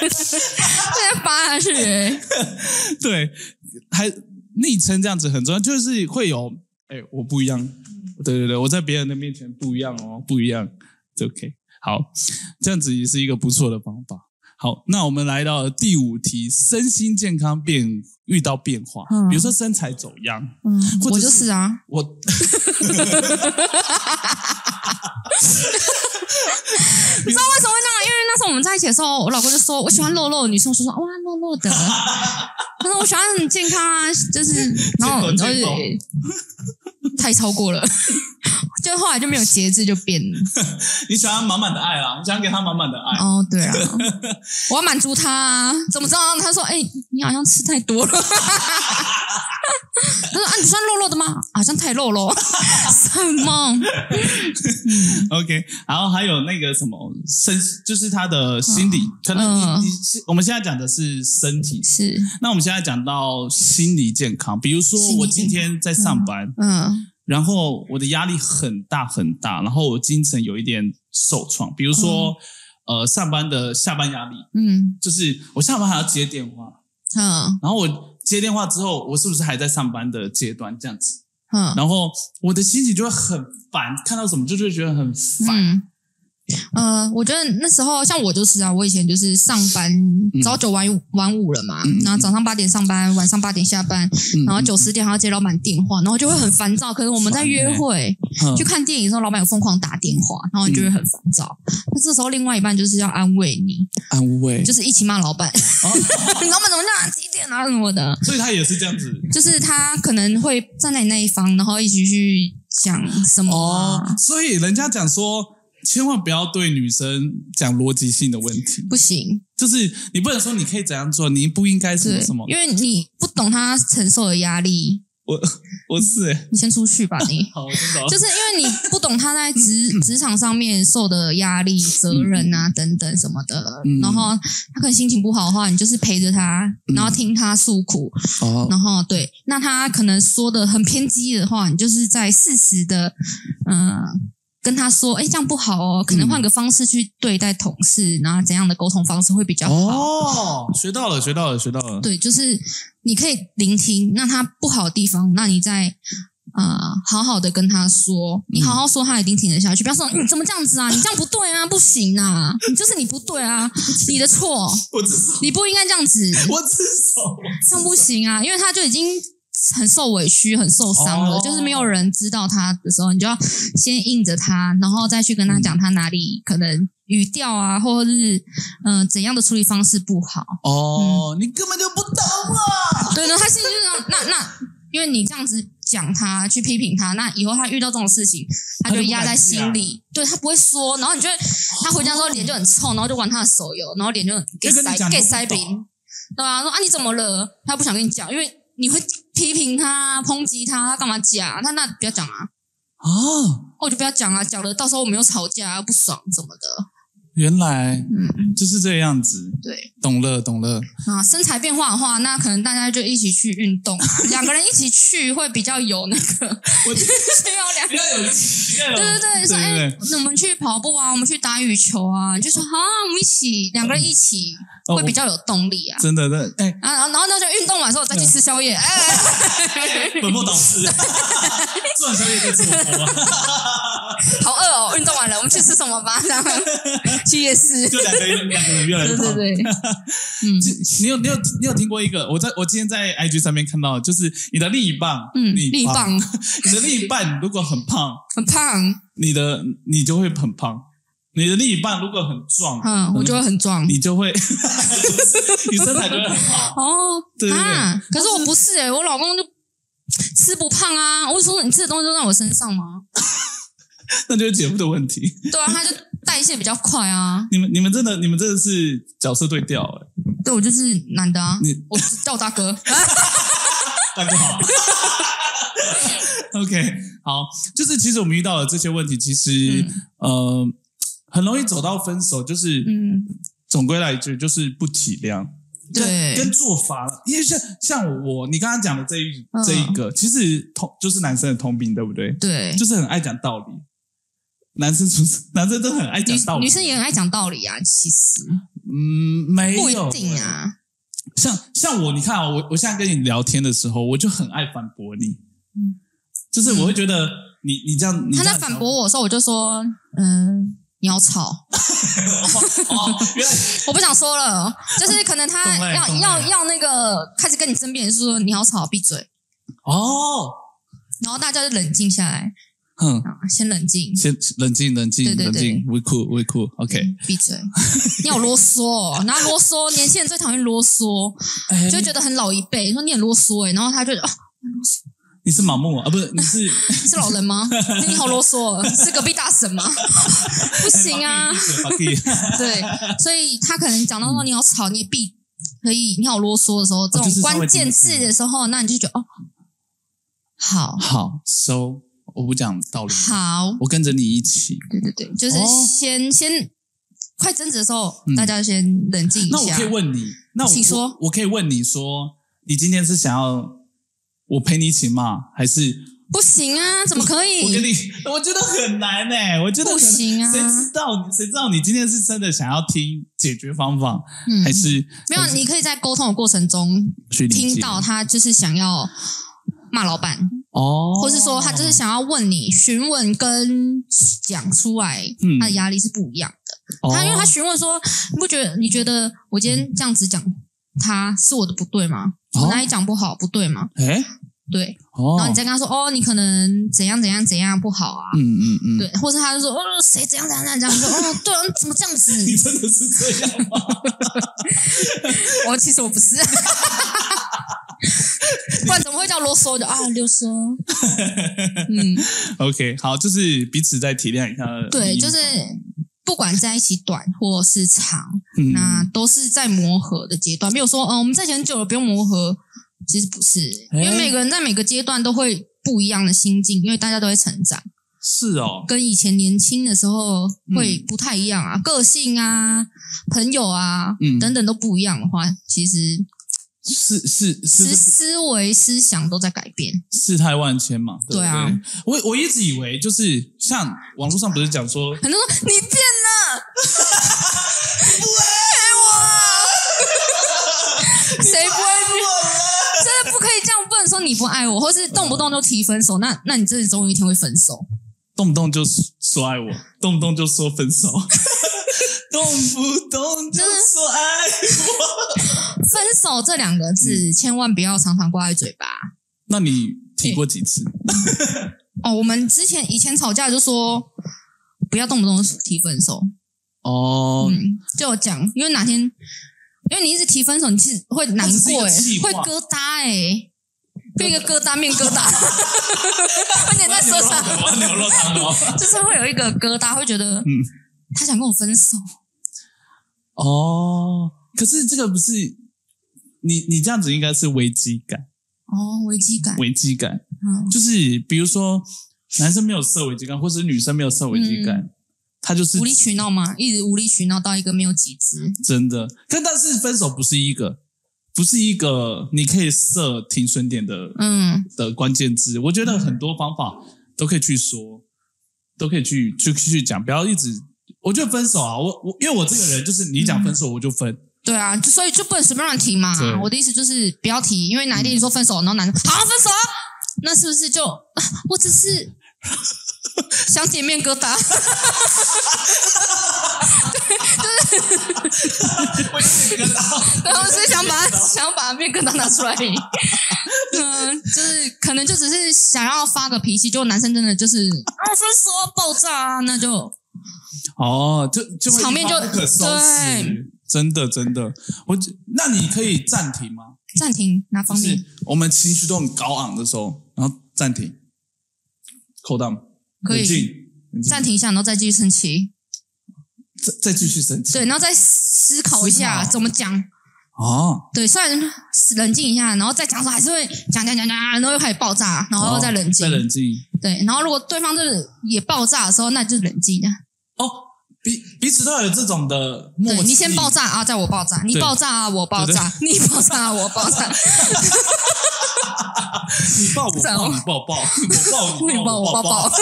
Speaker 1: 直接扒下去、欸，
Speaker 2: 对，还昵称这样子很重要，就是会有，哎、我不一样，
Speaker 1: 嗯
Speaker 2: 对对对，我在别人的面前不一样哦，不一样，这 OK，好，这样子也是一个不错的方法。好，那我们来到第五题，身心健康变遇到变化，
Speaker 1: 嗯
Speaker 2: 比如说身材走样，
Speaker 1: 嗯，
Speaker 2: 或者
Speaker 1: 我
Speaker 2: 是
Speaker 1: 就是啊，
Speaker 2: 我
Speaker 1: 你知道为什么会那样？因为那时候我们在一起的时候，我老公就说我喜欢肉肉的女生，我就说哇肉肉的，他说我喜欢很健康啊，就是然后我
Speaker 2: 健
Speaker 1: 就
Speaker 2: 口健口
Speaker 1: 太超过了， 就后来就没有节制，就变了。
Speaker 2: 你想要满满的爱啦，你想要给他满满的爱，
Speaker 1: 哦，对啊，我要满足他啊！怎么知道？他说：“哎、你好像吃太多了。” 他说：“啊，你算肉肉的吗？好像太肉了。”什么？
Speaker 2: OK，然后还有那个什么身，就是他的心理，可能你、
Speaker 1: 嗯
Speaker 2: 你是我们现在讲的是身体，
Speaker 1: 是，
Speaker 2: 那我们现在讲到心理健康，比如说
Speaker 1: 心理
Speaker 2: 我今
Speaker 1: 健
Speaker 2: 天在上班，
Speaker 1: 嗯，
Speaker 2: 然后我的压力很大很大，然后我精神有一点受创，比如说、呃上班的下班压力，
Speaker 1: 嗯，
Speaker 2: 就是我下班还要接电话，
Speaker 1: 嗯，
Speaker 2: 然后我接电话之后，我是不是还在上班的阶段这样子？
Speaker 1: 嗯，
Speaker 2: 然后我的心情就会很烦，看到什么就会觉得很烦。
Speaker 1: 嗯。呃，我觉得那时候像我就是啊，我以前就是上班早九晚五晚五了嘛，然后早上八点上班，晚上八点下班，
Speaker 2: 嗯
Speaker 1: 嗯然后九十点还要接老板电话，然后就会很烦躁。可是我们在
Speaker 2: 烦
Speaker 1: 约
Speaker 2: 欸
Speaker 1: 会，去看电影的时候，老板有疯狂打电话，
Speaker 2: 嗯
Speaker 1: 然后你就会很烦躁。那、这时候，另外一半就是要安慰你，
Speaker 2: 安慰
Speaker 1: 就是一起骂老板， 老板怎么这样几点啊什么的，
Speaker 2: 哦所以他也是这样子
Speaker 1: 就是他可能会站在你那一方，然后一起去讲什么啊、
Speaker 2: 哦。所以人家讲说，千万不要对女生讲逻辑性的问题，
Speaker 1: 不行，
Speaker 2: 就是你不能说你可以怎样做，你不应该什
Speaker 1: 对
Speaker 2: 么什么，。
Speaker 1: 因为你不懂他承受的压力，
Speaker 2: 我我是、欸、
Speaker 1: 你先出去吧 你。
Speaker 2: 好，我真的
Speaker 1: 就是因为你不懂他在职
Speaker 2: 嗯
Speaker 1: 职场上面受的压力、责任啊等等什么的，
Speaker 2: 嗯
Speaker 1: 然后他可能心情不好的话，你就是陪着他，然后听他诉苦，
Speaker 2: 哦，
Speaker 1: 然后对，那他可能说的很偏激的话，你就是在适时的，嗯、跟他说，哎，这样不好哦，可能换个方式去对待同事，然后怎样的沟通方式会比较好？
Speaker 2: 哦，学到了，学到了，学到了。
Speaker 1: 对，就是你可以聆听，那他不好的地方，那你再呃好好的跟他说，你好好说，他一定听得下去。不要说你怎么这样子啊，你这样不对啊，不行啊，你就是你不对啊，你的错，
Speaker 2: 我自首，
Speaker 1: 你不应该这样子，
Speaker 2: 我自首，
Speaker 1: 这样不行啊，因为他就已经。很受委屈，很受伤了，
Speaker 2: 哦
Speaker 1: 就是没有人知道他的时候，你就要先应着他，然后再去跟他讲他哪里、可能语调啊，或者是嗯、呃怎样的处理方式不好。 嗯
Speaker 2: 哦，你根本就不懂啊！
Speaker 1: 对，然后他心里就想，那那，因为你这样子讲他，去批评他，那以后他遇到这种事情，他就压在心里，对他不会说，然后你就会他回家之后脸就很臭，然后就玩他的手游，然后脸就很给
Speaker 2: 跟你
Speaker 1: 塞
Speaker 2: 讲
Speaker 1: 给
Speaker 2: 你不
Speaker 1: 塞
Speaker 2: 懂
Speaker 1: 饼，对啊，说啊你怎么了？他不想跟你讲，因为你会批评他、抨击他，他干嘛讲？他那不要讲啊，
Speaker 2: 哦，
Speaker 1: 哦我就不要讲啊，讲了到时候我们又吵架啊不爽怎么的，
Speaker 2: 原来
Speaker 1: 嗯，
Speaker 2: 就是这样子，
Speaker 1: 对。
Speaker 2: 懂了，懂了。
Speaker 1: 啊，身材变化的话，那可能大家就一起去运动，啊两个人一起去会比较有那个
Speaker 2: 我
Speaker 1: 需要 两个。
Speaker 2: 要有，要有
Speaker 1: 对对 对，说哎、那我们去跑步啊，我们去打羽球啊，你就说好、啊，我们一起两个人一起
Speaker 2: 哦
Speaker 1: 会比
Speaker 2: 我
Speaker 1: 较有动力啊。
Speaker 2: 真的，真的，哎，
Speaker 1: 啊，然后然后那就运动完之后再去
Speaker 2: 嗯
Speaker 1: 吃宵 夜，哎、
Speaker 2: 本末倒 置， 做完宵夜可以吃火锅吗，
Speaker 1: 好饿哦，运动完了，我们去吃什么 吧？这样去夜市，
Speaker 2: 就两个人，两个人越来
Speaker 1: 对
Speaker 2: 越
Speaker 1: 对
Speaker 2: 胖。
Speaker 1: 对，
Speaker 2: 就
Speaker 1: 嗯，
Speaker 2: 你有你有你有听过一个？我在我今天在 IG 上面看到，就是你的另一半，
Speaker 1: 嗯，
Speaker 2: 另
Speaker 1: 力
Speaker 2: 一半，
Speaker 1: 棒
Speaker 2: 你的另一半如果很胖，
Speaker 1: 很胖，
Speaker 2: 你的你就会很胖；你的另一半如果很壮，
Speaker 1: 嗯，我就会很壮。
Speaker 2: 你就会， 你身材就会很好。
Speaker 1: 哦，
Speaker 2: 对对对
Speaker 1: 啊，可是我不是哎、我老公就吃不胖啊。我就说你吃的东西都在我身上吗？
Speaker 2: 那就是姐夫的问题。
Speaker 1: 对啊，他就代谢比较快啊。
Speaker 2: 你们你们真的你们真的是角色对调哎、
Speaker 1: 对，我就是男的啊
Speaker 2: 你，
Speaker 1: 我是叫我大 哥。
Speaker 2: 大哥好。OK，好，就是其实我们遇到了这些问题，其实、呃很容易走到分手，就是、
Speaker 1: 嗯，
Speaker 2: 总归来一句就是不体谅。
Speaker 1: 对
Speaker 2: 跟跟做法了，因为像像我你刚刚讲的这一、
Speaker 1: 嗯
Speaker 2: 这一个，其实通就是男生的通病，对不对？
Speaker 1: 对，
Speaker 2: 就是很爱讲道理，男生 出男生都很爱讲道
Speaker 1: 女
Speaker 2: 理，
Speaker 1: 女生也很爱讲道理啊，其实
Speaker 2: 嗯没有
Speaker 1: 不一定啊。
Speaker 2: 像像我，你看、啊，我我现在跟你聊天的时候，我就很爱反驳你，
Speaker 1: 嗯
Speaker 2: 就是我会觉得你你这样，你
Speaker 1: 他
Speaker 2: 这
Speaker 1: 在
Speaker 2: 样
Speaker 1: 反
Speaker 2: 讲
Speaker 1: 驳我的时候，我就说，嗯、鸟草，
Speaker 2: 哦，原来
Speaker 1: 我不想说了，就是可能他
Speaker 2: 懂了
Speaker 1: 要
Speaker 2: 懂了
Speaker 1: 要要那个开始跟你争辩，是说鸟草闭嘴，
Speaker 2: 哦，
Speaker 1: 然后大家就冷静下来
Speaker 2: 哼，
Speaker 1: 啊，先冷静，
Speaker 2: 先冷静，冷静，
Speaker 1: 对对
Speaker 2: 冷
Speaker 1: 对
Speaker 2: 静，we cool，we cool，OK，
Speaker 1: 嗯闭嘴，你好啰嗦、哦，然后啰嗦，年轻人最讨厌啰嗦，
Speaker 2: 哎
Speaker 1: 就觉得很老一辈，说你很啰嗦哎、然后他就哦，
Speaker 2: 你是盲目啊？不是，你是
Speaker 1: 是老人吗？你好啰嗦、哦，是隔壁大婶吗？ 不行啊，
Speaker 2: 哦
Speaker 1: 对，所以他可能讲到说你好吵，你也闭，可以你好啰嗦的时候，这
Speaker 2: 哦就是
Speaker 1: 种
Speaker 2: 稍微
Speaker 1: 关键
Speaker 2: 听
Speaker 1: 字的时候，那你就觉得哦，好
Speaker 2: 好，so 我不讲道理，
Speaker 1: 好，
Speaker 2: 我跟着你一起。
Speaker 1: 对对对，就是
Speaker 2: 哦
Speaker 1: 先、先快争执的时候，
Speaker 2: 嗯
Speaker 1: 大家先冷静一
Speaker 2: 那我
Speaker 1: 下
Speaker 2: 可以。问你，那我
Speaker 1: 请说
Speaker 2: 我，我可以问你说，你今天是想要我陪你一起骂，还是
Speaker 1: 不行啊，怎么可
Speaker 2: 我跟
Speaker 1: 以？
Speaker 2: 你？我觉得很难哎、我觉得
Speaker 1: 不
Speaker 2: 很
Speaker 1: 行啊
Speaker 2: 谁知道你？谁知道你今天是真的想要听解决方法，
Speaker 1: 嗯
Speaker 2: 还是
Speaker 1: 没有，你可以在沟通的过程中
Speaker 2: 去理解
Speaker 1: 听到他就是想要骂老板，
Speaker 2: 哦，
Speaker 1: 或是说他就是想要问你询问跟讲出来
Speaker 2: 嗯，
Speaker 1: 他的压力是不一样。
Speaker 2: 哦
Speaker 1: 他因为他询问说，你不觉得你觉得我今天这样子讲他是我的不对吗？
Speaker 2: 哦
Speaker 1: 我哪里讲不好不对吗？
Speaker 2: 哎
Speaker 1: 对，
Speaker 2: 哦，
Speaker 1: 然后你再跟他说哦，你可能怎样怎样怎样不好啊，
Speaker 2: 嗯嗯嗯，
Speaker 1: 对，或者他就说哦谁怎样怎样怎样怎样，我说哦对啊，你怎么这样子？
Speaker 2: 你真的是这样吗？
Speaker 1: 我哦其实我不是， 不然怎么会叫啰嗦的啊？啰嗦，嗯，
Speaker 2: OK，好，就是彼此再体谅一下。
Speaker 1: 对，就是不管在一起短或是长，
Speaker 2: 嗯
Speaker 1: 那都是在磨合的阶段，没有说哦，我们在一起很久了，不用磨合。其实不是，因
Speaker 2: 哎
Speaker 1: 为每个人在每个阶段都会不一样的心境，因为大家都会成长，
Speaker 2: 是哦，
Speaker 1: 跟以前年轻的时候
Speaker 2: 嗯
Speaker 1: 会不太一样啊，个性啊、朋友啊、
Speaker 2: 嗯
Speaker 1: 等等都不一样的话，其实
Speaker 2: 是是
Speaker 1: 思
Speaker 2: 是
Speaker 1: 思维、思想都在改变。
Speaker 2: 世态万千嘛，对不
Speaker 1: 对啊
Speaker 2: 我我一直以为就是像网络上不是讲说，
Speaker 1: 很多人说你变了， 不 爱我，谁不会？真的不可以这样问，说你不爱我，或是动不动就提分手，那那你真的总有一天会分手。
Speaker 2: 动不动就说爱我，动不动就说分手，动不动就说爱。
Speaker 1: 分手这两个字，千万不要常常挂在嘴巴。
Speaker 2: 那你提过几次？
Speaker 1: 哦，我们之前以前吵架就说不要动不动提分手，
Speaker 2: 哦，
Speaker 1: 嗯，就有讲，因为哪天因为你一直提分手，你是会难
Speaker 2: 它只是一
Speaker 1: 过、
Speaker 2: 个
Speaker 1: 欸，
Speaker 2: 气话
Speaker 1: 会疙瘩、欸，变一个疙瘩面疙瘩， 会粘在
Speaker 2: 牛
Speaker 1: 手
Speaker 2: 肉
Speaker 1: 上，
Speaker 2: 我要牛肉汤哦。
Speaker 1: 就是会有一个疙瘩，会觉得
Speaker 2: 嗯
Speaker 1: 他想跟我分手，
Speaker 2: 哦，可是这个不是你你这样子应该是危机感，
Speaker 1: 哦，危机感，
Speaker 2: 危机感。
Speaker 1: 嗯
Speaker 2: 就是比如说男生没有设危机感，或者是女生没有设危机感，他就是
Speaker 1: 嗯无理取闹嘛，一直无理取闹到一个没有极致。
Speaker 2: 真的。但但是分手不是一个，不是一个你可以设停损点的、
Speaker 1: 嗯，
Speaker 2: 的关键字。我觉得很多方法都可以去说，都可以去去去讲，不要一直。我觉得分手啊，我我因为我这个人就是你讲分
Speaker 1: 嗯
Speaker 2: 手我就分，
Speaker 1: 对啊，就所以就不能随便乱提嘛
Speaker 2: 对。
Speaker 1: 我的意思就是不要提，因为哪一天你说分手，然后男的好分手啊，那是不是就 我只 是想姐面疙瘩？
Speaker 2: 我就是跟他
Speaker 1: 对，我只是想把想把面疙瘩拿出来而已。嗯，就是可能就只是想要发个脾气，就男生真的就是啊分手啊爆炸啊，那就
Speaker 2: 哦，就就会
Speaker 1: 场面就
Speaker 2: 一发不可收拾
Speaker 1: 对，
Speaker 2: 真的真的。我那你可以暂停吗？
Speaker 1: 暂停哪
Speaker 2: 就
Speaker 1: 方
Speaker 2: 是
Speaker 1: 面？
Speaker 2: 我们情绪都很高昂的时候，然后暂停，cool down，
Speaker 1: 可以
Speaker 2: 冷静，冷静
Speaker 1: 暂停一下，然后再继续生气，
Speaker 2: 再再继续生气。
Speaker 1: 对，然后再思考一
Speaker 2: 思
Speaker 1: 下
Speaker 2: 考
Speaker 1: 怎么讲。
Speaker 2: 哦，
Speaker 1: 对，虽然冷静一下，然后再讲的时候还是会讲讲讲讲，然后又开始爆炸，然后又再冷静。
Speaker 2: 哦再冷静。
Speaker 1: 对，然后如果对方就是也爆炸的时候，那就冷静。
Speaker 2: 哦，彼彼此都有这种的默
Speaker 1: 对
Speaker 2: 契。
Speaker 1: 你先爆炸啊，再我爆炸，你
Speaker 2: 对
Speaker 1: 爆炸啊，我爆炸， 你爆炸啊，我爆炸，
Speaker 2: 你爆我
Speaker 1: 这样
Speaker 2: 爆你爆爆 我爆
Speaker 1: 你
Speaker 2: 你
Speaker 1: 爆
Speaker 2: 我
Speaker 1: 我
Speaker 2: 爆
Speaker 1: 爆。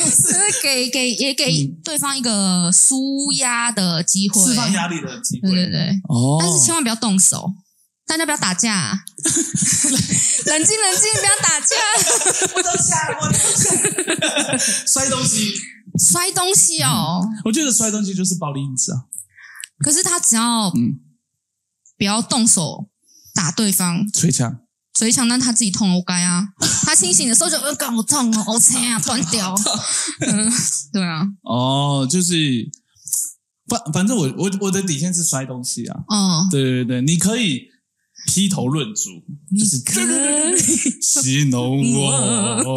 Speaker 1: 就是给给也给对方一个舒压的机会，
Speaker 2: 释放压力的机
Speaker 1: 对对
Speaker 2: 会。
Speaker 1: 对，
Speaker 2: 哦
Speaker 1: 但是千万不要动手，大家不要打架、 冷静冷静，不要打架，
Speaker 3: 我都下了，我都下了，
Speaker 2: 摔东西，
Speaker 1: 摔东西哦。
Speaker 2: 我觉得摔东西就是暴力因子啊。
Speaker 1: 可是他只要
Speaker 2: 嗯，
Speaker 1: 不要动手打对方，
Speaker 2: 捶墙，
Speaker 1: 捶墙，那他自己痛活该啊。他清醒的时候就呃，干好痛哦，好惨啊，断 掉。嗯，对啊，
Speaker 2: 哦，就是反反正我我我的底线是摔东西啊。
Speaker 1: 哦，
Speaker 2: 对对对，你可以劈头论足，就是
Speaker 1: 可
Speaker 2: 戏弄我，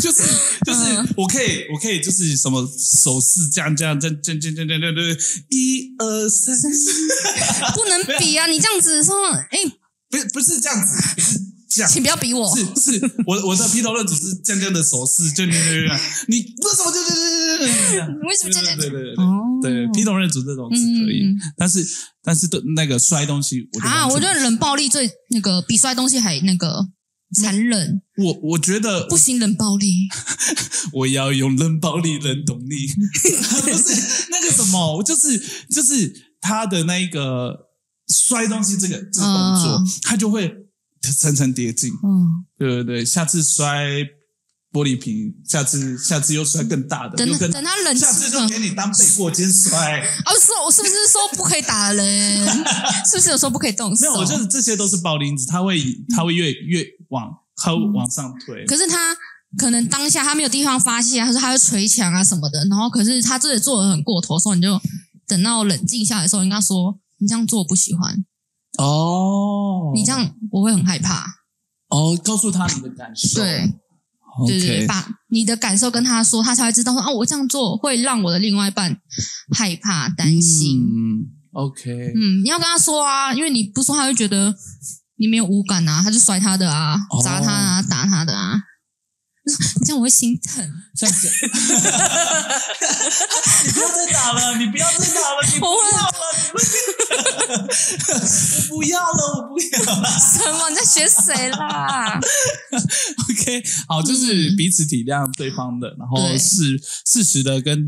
Speaker 2: 就是就是，我可以我可以就是什么手势这样这样这样这样这样这样这样这样，一二三，
Speaker 1: 不能比啊！你这样子说，哎、
Speaker 2: 不是不是这样子，是这样。
Speaker 1: 请不要比我。
Speaker 2: 是是，我我的劈头论足是这样这样的手势，这样这样这样这样，你为什么就就就就就就？
Speaker 1: 你为什么这样？
Speaker 2: 对对对对
Speaker 1: 哦，
Speaker 2: 对，劈头论足这种是可以
Speaker 1: 嗯，
Speaker 2: 但是但是对那个摔东西，我就
Speaker 1: 啊，
Speaker 2: 完全
Speaker 1: 我觉得冷暴力最那个比摔东西还那个残忍，
Speaker 2: 我我觉得
Speaker 1: 不行，冷暴力。
Speaker 2: 我要用冷暴力冷懂你， 不是那个什么，我就是就是他的那一个摔东西这个这个动作，
Speaker 1: 嗯
Speaker 2: 他就会层层叠进，
Speaker 1: 嗯，
Speaker 2: 对对对，下次摔玻璃瓶，下次下次又摔更大的，
Speaker 1: 等
Speaker 2: 又更
Speaker 1: 等他冷
Speaker 2: 下次
Speaker 1: 静
Speaker 2: 就
Speaker 1: 了。
Speaker 2: 给你当背过肩摔。
Speaker 1: 哦，是我是不是说不可以打人？ 是不是有时候不可以动手？
Speaker 2: 没有，我觉得这些都是暴力因子，他会他会越越往他会往上推。
Speaker 1: 可是他可能当下他没有地方发泄啊，他说他会捶墙啊什么的，然后可是他自己做的很过头的时候，你就等到冷静下来的时候，你跟他说你这样做我不喜欢，
Speaker 2: 哦
Speaker 1: 你这样我会很害怕。
Speaker 2: 哦，告诉他你的感受。
Speaker 1: 对对
Speaker 2: OK
Speaker 1: 对对，把你的感受跟他说，他才会知道说啊，我这样做会让我的另外一半害怕、担心。
Speaker 2: 嗯，OK，
Speaker 1: 嗯你要跟他说啊，因为你不说，他会觉得你没有五感啊，他就甩他的啊，
Speaker 2: 哦
Speaker 1: 砸他啊，打他的啊。 你这样我会心疼，
Speaker 2: 像这样，你不要再打了，你不要再打了，你
Speaker 1: 我会
Speaker 2: 我不要了，我不要了。
Speaker 1: 什么？你在学谁啦？
Speaker 2: OK，好，就是
Speaker 1: 嗯
Speaker 2: 彼此体谅对方的，然后
Speaker 1: 对
Speaker 2: 适适时的跟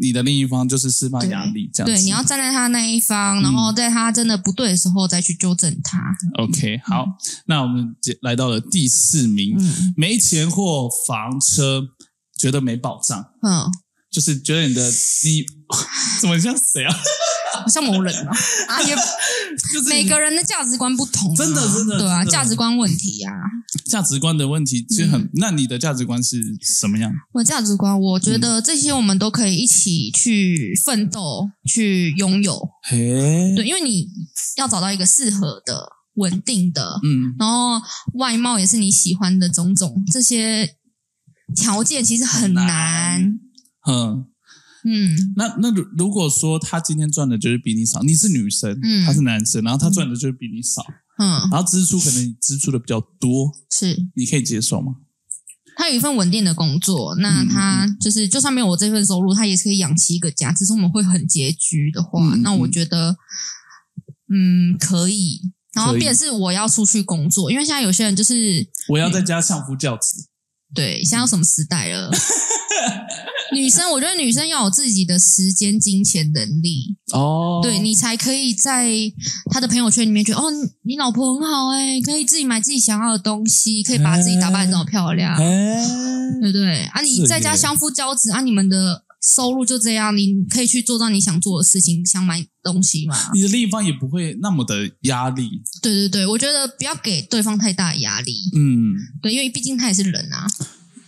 Speaker 2: 你的另一方就是释放压力，这样子。
Speaker 1: 对，你要站在他那一方，然后在他真的不对的时候再去纠正他。
Speaker 2: OK，好，那我们接来到了第四名，
Speaker 1: 嗯
Speaker 2: 没钱或房车，觉得没保障，
Speaker 1: 嗯，
Speaker 2: 就是觉得你的你 怎么像谁啊？
Speaker 1: 好像某人啊，啊也
Speaker 2: 就是
Speaker 1: 每个人的价值观不同啊、
Speaker 2: 真的真的
Speaker 1: 对啊，
Speaker 2: 真的
Speaker 1: 价值观问题啊。
Speaker 2: 价值观的问题，其实很。那你的价值观是什么样？
Speaker 1: 我的价值观，我觉得这些我们都可以一起去奋斗、去拥有。
Speaker 2: 嘿，嗯
Speaker 1: 对，因为你要找到一个适合的、稳定的，
Speaker 2: 嗯，
Speaker 1: 然后外貌也是你喜欢的种种，这些条件其实很
Speaker 2: 很
Speaker 1: 难。
Speaker 2: 难嗯，
Speaker 1: 嗯，
Speaker 2: 那那如如果说他今天赚的就是比你少，你是女生，
Speaker 1: 嗯
Speaker 2: 他是男生，然后他赚的就是比你少，
Speaker 1: 嗯，
Speaker 2: 然后支出可能你支出的比较多，
Speaker 1: 是
Speaker 2: 你可以接受吗？
Speaker 1: 他有一份稳定的工作，那
Speaker 2: 嗯嗯
Speaker 1: 他就是就算没有我这份收入，他也是可以养起一个家。只是我们会很拮据的话，
Speaker 2: 嗯嗯
Speaker 1: 那我觉得，嗯，可以。然后
Speaker 2: 可以
Speaker 1: 便是我要出去工作，因为现在有些人就是
Speaker 2: 我要在家相夫教子，
Speaker 1: 对，现在什么时代了？ 女生，我觉得女生要有自己的时间、金钱能力，
Speaker 2: 哦
Speaker 1: 对你才可以在她的朋友圈里面觉得，哦，你你老婆很好哎、可以自己买自己想要的东西，可以把自己打扮得这么漂亮，
Speaker 2: 哎，
Speaker 1: 对不对？啊，
Speaker 2: 是
Speaker 1: 你
Speaker 2: 耶
Speaker 1: 在家相夫教子啊，你们的收入就这样，你可以去做到你想做的事情，想买东西嘛。
Speaker 2: 你的另一方也不会那么的压力，
Speaker 1: 对对对，我觉得不要给对方太大的压力，
Speaker 2: 嗯，
Speaker 1: 对，因为毕竟他也是人啊，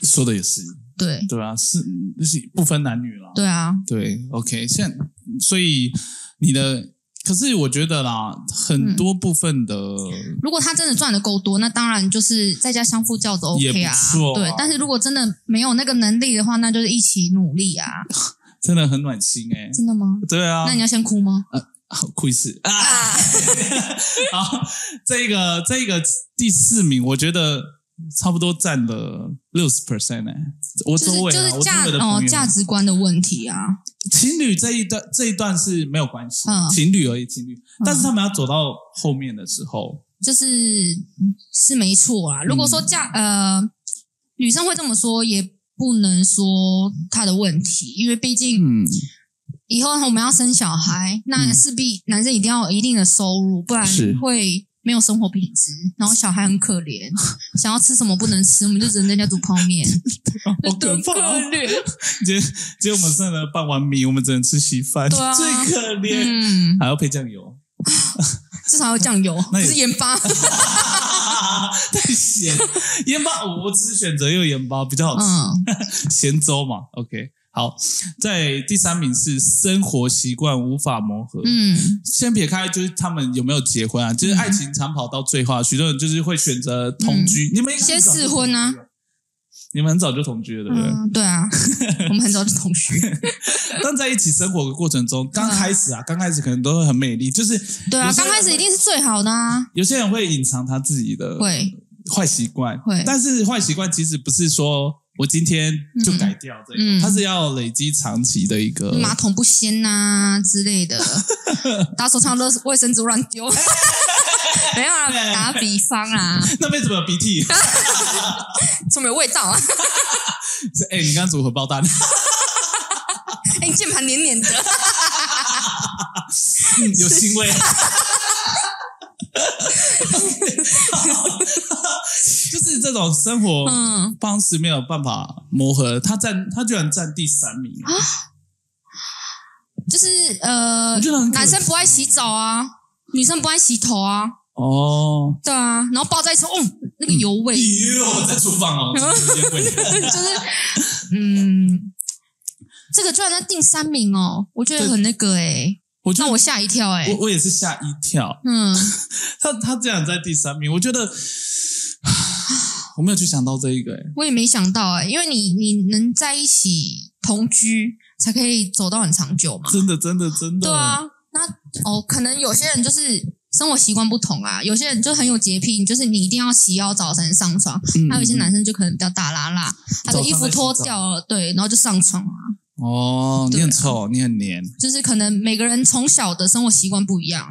Speaker 2: 说的也是，
Speaker 1: 对
Speaker 2: 对啊，是就是不分男女了，
Speaker 1: 对啊，
Speaker 2: 对，OK，现在所以你的，可是我觉得啦，
Speaker 1: 嗯
Speaker 2: 很多部分的，
Speaker 1: 如果他真的赚的够多，那当然就是在家相夫教子
Speaker 2: 也
Speaker 1: OK 啊，
Speaker 2: 不错啊
Speaker 1: 对。但是如果真的没有那个能力的话，那就是一起努力啊。
Speaker 2: 真的很暖心哎、
Speaker 1: 真的吗？
Speaker 2: 对啊
Speaker 1: 那，你要先哭吗？
Speaker 2: 好酷死啊！
Speaker 1: 啊，
Speaker 2: 好，这个这个第四名，我觉得差不多占了六十 percent 哎，我
Speaker 1: 就是
Speaker 2: 周围、
Speaker 1: 就
Speaker 2: 啊、
Speaker 1: 是价
Speaker 2: 我周围的
Speaker 1: 哦
Speaker 2: 朋友
Speaker 1: 价值观的问题啊。
Speaker 2: 情侣这一段这一段是没有关系，
Speaker 1: 嗯
Speaker 2: 情侣而已，情侣，但是他们要走到后面的时候，
Speaker 1: 就是嗯是没错
Speaker 2: 嗯
Speaker 1: 啊。如果说嫁呃女生会这么说，也不能说她的问题，因为毕竟
Speaker 2: 嗯，
Speaker 1: 以后我们要生小孩，那
Speaker 4: 嗯
Speaker 1: 势必男生一定要有一定的收入，不然
Speaker 4: 是
Speaker 1: 会没有生活品质，然后小孩很可 怜，想要吃什么不能吃，我们就只能在家煮泡面，
Speaker 2: 好可
Speaker 1: 多
Speaker 2: 怕、哦！
Speaker 1: 怜。
Speaker 2: 结结果我们剩了半碗米，我们只能吃稀饭，
Speaker 1: 对啊
Speaker 2: 最可怜，
Speaker 1: 嗯，
Speaker 2: 还要配酱油，
Speaker 1: 至少有酱油，不
Speaker 2: 那也
Speaker 1: 是盐 巴。
Speaker 2: 太咸。盐巴，我我只是选择用盐巴比较好吃，
Speaker 1: 嗯，
Speaker 2: 咸粥嘛。OK，好，在第三名是生活习惯无法磨合。
Speaker 1: 嗯，
Speaker 2: 先撇开就是他们有没有结婚啊，就是爱情长跑到最后啊，许多人就是会选择同居。你们应该
Speaker 1: 嗯先
Speaker 2: 很早就
Speaker 1: 试婚啊
Speaker 2: 同居了，你们很早就同居了，对不对？
Speaker 1: 嗯对 啊，我们很早就同学，
Speaker 2: 但在一起生活的过程中，
Speaker 1: 嗯
Speaker 2: 刚开始啊，刚开始可能都会很美丽，就是
Speaker 1: 对啊，
Speaker 2: 有些
Speaker 1: 刚
Speaker 2: 人
Speaker 1: 开始一定是最好的啊，
Speaker 2: 有些人会隐藏他自己的
Speaker 1: 会
Speaker 2: 坏习惯，
Speaker 1: 会
Speaker 2: 但是坏习惯其实不是说我今天就改掉这
Speaker 1: 嗯
Speaker 2: 个，它是要累积长期的一个。
Speaker 1: 马桶不掀呐、之类的，打手枪、垃圾卫生纸乱 丢， 没有啊，打比方啊，
Speaker 2: 那边怎么有鼻涕？
Speaker 1: 说没有味道啊，
Speaker 2: 是哎、你刚刚怎么荷包蛋？
Speaker 1: 哎、你键盘黏黏的，
Speaker 2: 有腥味。啊 就是这种生活
Speaker 1: 嗯，
Speaker 2: 方式没有办法磨合，他占他居然占第三名，
Speaker 1: 啊就是呃
Speaker 2: 我觉得很，可
Speaker 1: 男生不爱洗澡啊，女生不爱洗头啊，
Speaker 2: 哦，
Speaker 1: 对啊，然后抱在一起，哦，那个油味，
Speaker 2: 哟，在厨房哦，有点 味。
Speaker 1: 就是嗯，这个居然在第三名哦，我觉得很那个哎、
Speaker 2: 我觉
Speaker 1: 让
Speaker 2: 得
Speaker 1: 我吓一跳哎、
Speaker 2: 我我也是吓一跳，
Speaker 1: 嗯，
Speaker 2: 他他竟然在第三名，我觉得我没有去想到这一个、欸，
Speaker 1: 我也没想到哎、因为你你能在一起同居，才可以走到很长久嘛。
Speaker 2: 真的真的真的，
Speaker 1: 对啊，那哦，可能有些人就是生活习惯不同啊，有些人就很有洁癖，就是你一定要洗腰澡才能上床。
Speaker 2: 嗯，
Speaker 1: 还有一些
Speaker 2: 嗯
Speaker 1: 男生就可能比较大拉拉，他的
Speaker 2: 早上
Speaker 1: 衣服
Speaker 2: 再洗
Speaker 1: 脱
Speaker 2: 澡
Speaker 1: 掉了，对，然后就上床啊。
Speaker 2: 哦，你
Speaker 1: 对啊
Speaker 2: 很臭，你很黏。
Speaker 1: 就是可能每个人从小的生活习惯不一样。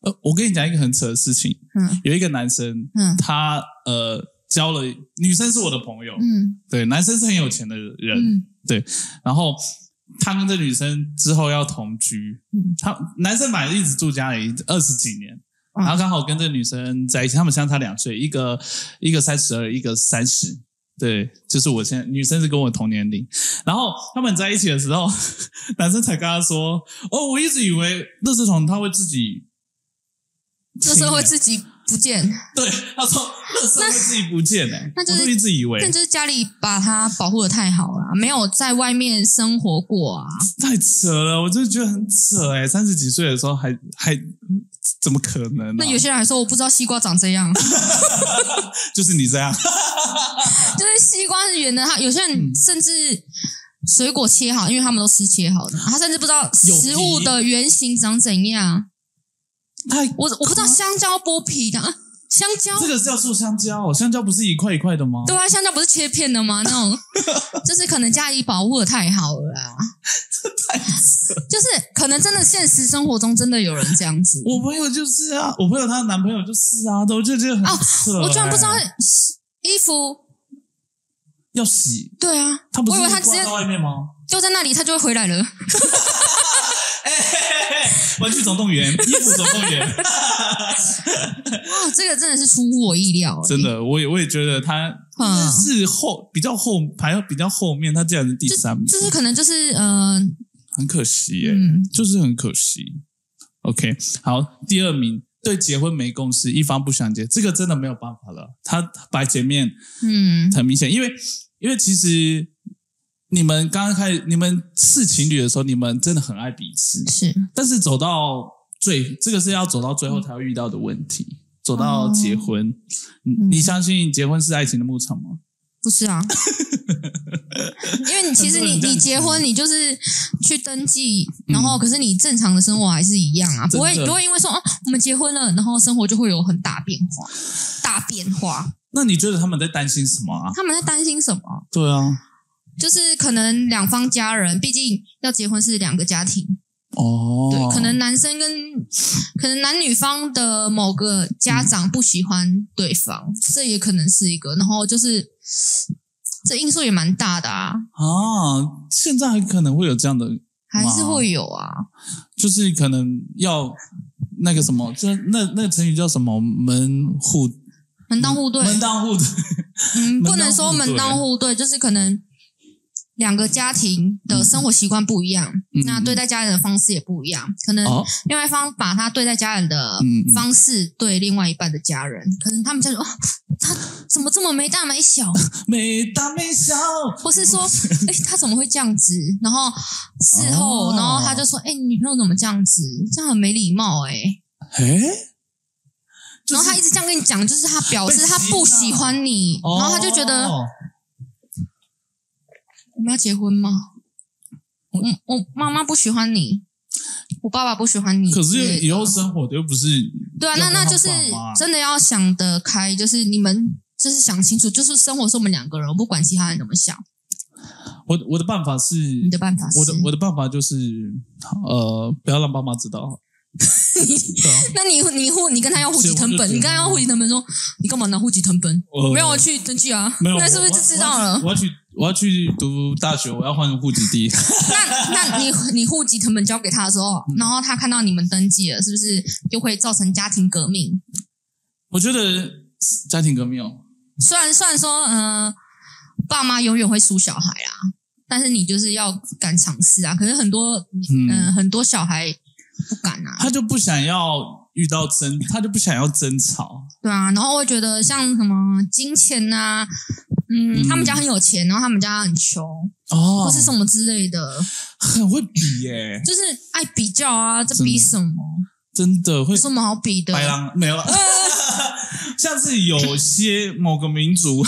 Speaker 2: 呃，我跟你讲一个很扯的事情，
Speaker 1: 嗯
Speaker 2: 有一个男生，
Speaker 1: 嗯
Speaker 2: 他呃交了女生是我的朋友，
Speaker 1: 嗯
Speaker 2: 对，男生是很有钱的人，
Speaker 1: 嗯
Speaker 2: 然后他跟这女生之后要同居，
Speaker 1: 嗯
Speaker 2: 他男生买一直住家里二十几年，
Speaker 1: 嗯
Speaker 2: 然后刚好跟这女生在一起，他们相差两岁，一个一个三十二，一个三十。对，就是我现在女生是跟我同年龄，然后他们在一起的时候， 男生才跟她说：“哦，我一直以为乐圾桶他会自己欸
Speaker 1: 这社
Speaker 2: 啊
Speaker 1: 会自己不见，
Speaker 2: 对，他说垃圾会自己不见哎、
Speaker 1: 那就是
Speaker 2: 我都一直以为
Speaker 1: 但就是家里把他保护的太好了啊，没有在外面生活过啊。
Speaker 2: 太扯了，我就觉得很扯哎、三十几岁的时候还还怎么可能、啊？
Speaker 1: 那有些人还说我不知道西瓜长这样，
Speaker 2: 就是你这样，
Speaker 1: 就是西瓜是圆的，他有些
Speaker 2: 嗯
Speaker 1: 人甚至。水果切好，因为他们都吃切好的，他甚至不知道
Speaker 2: 有
Speaker 1: 食物
Speaker 2: 皮
Speaker 1: 的原型长怎样。
Speaker 2: 太
Speaker 1: 我我不知道香蕉剥皮的，啊香蕉
Speaker 2: 啊这个是要做香蕉哦，香蕉不是一块一块的吗？
Speaker 1: 对啊，香蕉不是切片的吗？那 种就是可能家里保护的太好了啦，
Speaker 2: 太扯了！
Speaker 1: 就是可能真的现实生活中真的有人这样 子。
Speaker 2: 我朋友就是啊，我朋友她的男朋友就是啊，我就觉得很
Speaker 1: 哦
Speaker 2: 扯、
Speaker 1: 我居然不知道
Speaker 2: 哎
Speaker 1: 衣服，
Speaker 2: 要洗，
Speaker 1: 对啊，
Speaker 2: 他不
Speaker 1: 我
Speaker 2: 是
Speaker 1: 以为他直接
Speaker 2: 挂到外面吗？
Speaker 1: 丢在那里，它就会回来了。哦
Speaker 2: 玩具总 动员，衣服总动员，
Speaker 1: 哇，这个真的是出乎我意料、欸，
Speaker 2: 真。的，我也我也觉得他
Speaker 1: 嗯
Speaker 2: 是后比较后排到比较后面，他竟然是第三名，
Speaker 1: 就是可能就是呃，
Speaker 2: 很可惜欸耶、
Speaker 1: 嗯，
Speaker 2: 就是很可惜。OK，好，第二名对结婚没共识，一方不想结，这个真的没有办法了。他他摆前面
Speaker 1: 嗯，
Speaker 2: 很明显，因为因为其实你们刚刚开始你们是情侣的时候，你们真的很爱彼此，
Speaker 1: 是
Speaker 2: 但是走到最这个是要走到最后才会遇到的问题。走到结婚，
Speaker 1: 哦
Speaker 2: 你你
Speaker 1: 嗯
Speaker 2: 相信结婚是爱情的牧场吗？
Speaker 1: 不是 啊？因为你其实你
Speaker 2: 很多人这样嗯
Speaker 1: 你结婚，你就是去登记，然后可是你正常的生活还是一样啊，不会
Speaker 2: 真的
Speaker 1: 不会因为说哦、我们结婚了，然后生活就会有很大变化，大变化。
Speaker 2: 那你觉得他们在担心什么啊？
Speaker 1: 他们在担心什么？
Speaker 2: 对啊，
Speaker 1: 就是可能两方家人，毕竟要结婚是两个家庭，
Speaker 2: 哦，
Speaker 1: 对，可能男生跟 可能男女方的某个家长不喜欢对方，这也可能是一个。然后就是 这因素也蛮大的啊，
Speaker 2: 啊，现在还可能会有这样的
Speaker 1: 还是会有啊。
Speaker 2: 就是可能要那个什么，就那那个成语叫什么门户
Speaker 1: 门当户对，
Speaker 2: 门当户对，
Speaker 1: 嗯，
Speaker 2: 门
Speaker 1: 不能
Speaker 2: 当
Speaker 1: 说
Speaker 2: 户
Speaker 1: 门
Speaker 2: 对
Speaker 1: 当户对，就是可能两个家庭的生活习惯不一样，
Speaker 2: 嗯
Speaker 1: 那对待家人的方式也不一样，可能
Speaker 2: 哦，
Speaker 1: 另外一方把他对待家人的
Speaker 2: 嗯嗯
Speaker 1: 方式对另外一半的家人，可能他们就说、哦、他怎么这么没大没小，
Speaker 2: 没大没小，
Speaker 1: 或是说哎、他怎么会这样子？然后事后，
Speaker 2: 哦
Speaker 1: 然后他就说哎、你女朋友怎么这样子？这样很没礼貌哎、
Speaker 2: 哎，就
Speaker 1: 然后他
Speaker 2: 是
Speaker 1: 一直这样跟你讲，就是他表示
Speaker 2: 被
Speaker 1: 他
Speaker 2: 洗
Speaker 1: 不
Speaker 2: 脑
Speaker 1: 喜欢你，
Speaker 2: 哦
Speaker 1: 然后他就觉得我们要结婚吗？我我妈妈不喜欢你，我爸爸不喜欢你。
Speaker 2: 可是以后
Speaker 1: 对
Speaker 2: 生活的又不是
Speaker 1: 对啊，
Speaker 2: 要
Speaker 1: 那
Speaker 2: 跟他
Speaker 1: 那就是
Speaker 2: 爸妈
Speaker 1: 真的要想得开，就是你们就是想清楚，就是生活是我们两个人，我不管其他人怎么想。
Speaker 2: 我的我的办法是，
Speaker 1: 你的办法是，
Speaker 2: 我的我的办法就是呃，不要让爸妈 知道。对啊
Speaker 1: 那你你户你跟他要户籍
Speaker 2: 所以我
Speaker 1: 成
Speaker 2: 就
Speaker 1: 本，
Speaker 2: 觉
Speaker 1: 你
Speaker 2: 得
Speaker 1: 跟他要户籍成本说你干嘛拿户籍成本？
Speaker 2: 我
Speaker 1: 没有我去登记啊，
Speaker 2: 呃没有，
Speaker 1: 那是不是就知道了？
Speaker 2: 我要去，我要去读大学，我要换户籍地。
Speaker 1: 那那你你户籍成本交给他的时候，然后他看到你们登记了，是不是又会造成家庭革命？
Speaker 2: 我觉得家庭革命哦，
Speaker 1: 虽然虽然说，呃，爸妈永远会输小孩啦，但是你就是要敢尝试啊。可是很多，嗯、
Speaker 2: 嗯
Speaker 1: 很多小孩不敢啊，
Speaker 2: 他就不想要遇到争，他就不想要争吵。
Speaker 1: 对啊。然后会觉得像什么金钱啊，嗯，
Speaker 2: 嗯
Speaker 1: 他们家很有钱，然后他们家很穷，
Speaker 2: 哦
Speaker 1: 或是什么之类的，
Speaker 2: 很会比耶、
Speaker 1: 就是爱比较啊，这比什么？
Speaker 2: 真的会
Speaker 1: 有什么好比的？
Speaker 2: 白狼没有了。 像是有些某个民族，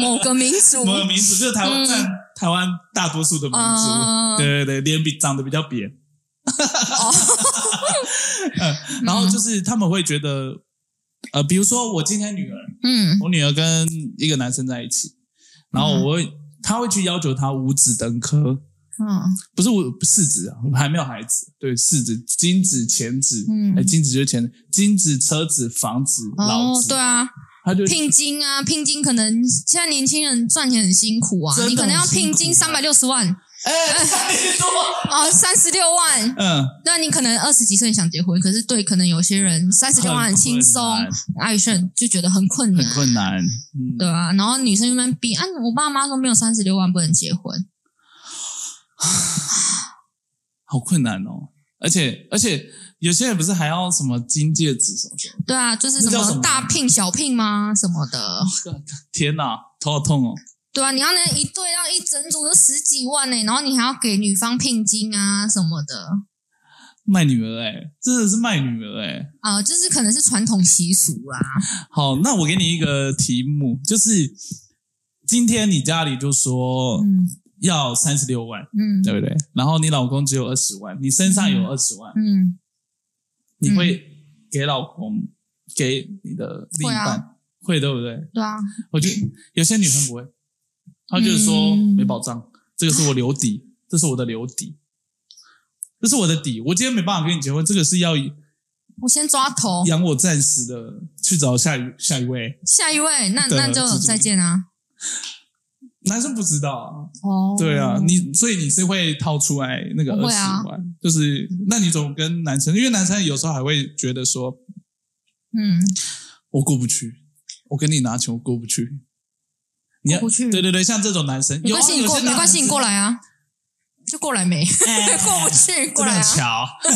Speaker 1: 某个民族，
Speaker 2: 某个民族就是台湾
Speaker 1: 嗯
Speaker 2: 占台湾大多数的民
Speaker 1: 嗯
Speaker 2: 族，对对对，脸比长得比较扁，
Speaker 1: 哦，
Speaker 2: 嗯然后就是他们会觉得，呃，比如说我今天女儿，
Speaker 1: 嗯
Speaker 2: 我女儿跟一个男生在一起，然后我会，她会去要求他五指登科，
Speaker 1: 嗯
Speaker 2: 不是五四指啊，还没有孩子，对，四指、金子、钱子，
Speaker 1: 嗯
Speaker 2: 哎，金子就是钱，金子、车子、房子、老
Speaker 1: 哦，
Speaker 2: 子，
Speaker 1: 对啊，
Speaker 2: 他就
Speaker 1: 聘金啊，聘金可能现在年轻人赚钱很辛苦啊
Speaker 2: 真，的
Speaker 1: 你可能要
Speaker 2: 很辛
Speaker 1: 聘
Speaker 2: 苦
Speaker 1: 金三百六十万
Speaker 2: 哎，太多了
Speaker 1: 哦，三十六万。
Speaker 2: 嗯，
Speaker 1: 那你可能二十几岁想结婚，可是对可能有些人三十六万很轻松
Speaker 2: 很困，
Speaker 1: 爱炫就觉得很困难
Speaker 2: 很，困难，嗯
Speaker 1: 对啊。然后女生就那边逼，啊，我爸妈说没有三十六万不能结婚，
Speaker 2: 好困难哦，而且而且有些人不是还要什么金戒指什么什么，
Speaker 1: 对啊，就是
Speaker 2: 那
Speaker 1: 什
Speaker 2: 叫什
Speaker 1: 么
Speaker 2: 么
Speaker 1: 大聘小聘吗什么的，
Speaker 2: 天哪，头好痛哦，
Speaker 1: 对啊，你要那一对要一整组就十几万呢、然后你还要给女方聘金啊什么的，
Speaker 2: 卖女儿哎、真的是卖女儿哎、
Speaker 1: 啊、就是可能是传统习俗啊啦、
Speaker 2: 好，那我给你一个题目，就是今天你家里就说
Speaker 1: 嗯
Speaker 2: 要三十六万，
Speaker 1: 嗯
Speaker 2: 对不对？然后你老公只有二十万，你身上有二十万，
Speaker 1: 嗯，
Speaker 2: 你会给老公给你的另一
Speaker 1: 会
Speaker 2: 半？
Speaker 1: 啊
Speaker 2: 会对不对？
Speaker 1: 对啊，
Speaker 2: 我觉得有些女生不会，她就是说、
Speaker 1: 嗯
Speaker 2: 没保障，这个是我留底，这是我的留底，这是我的底。我今天没办法跟你结婚，这个是要
Speaker 1: 我先抓头，
Speaker 2: 养我暂时的，去找下一下一位。
Speaker 1: 下一位，那
Speaker 2: 对
Speaker 1: 那就
Speaker 2: 自己
Speaker 1: 再见啊。
Speaker 2: 男生不知道啊，
Speaker 1: 哦，
Speaker 2: 对啊，你所以你是会掏出来那个
Speaker 1: 我
Speaker 2: 二
Speaker 1: 会
Speaker 2: 十
Speaker 1: 啊
Speaker 2: 万，就是那你怎么跟男生？因为男生有时候还会觉得说，
Speaker 1: 嗯，
Speaker 2: 我过不去，我跟你拿钱我过不去，你要
Speaker 1: 过不去
Speaker 2: 对对对，像这种男生，
Speaker 1: 没关系，你
Speaker 2: 有啊
Speaker 1: 过
Speaker 2: 有些
Speaker 1: 没关系，你过
Speaker 2: 来，
Speaker 1: 来啊，就过来没，
Speaker 2: 哎
Speaker 1: 过不去，过
Speaker 2: 真的
Speaker 1: 来
Speaker 2: 很
Speaker 1: 啊。
Speaker 2: 巧，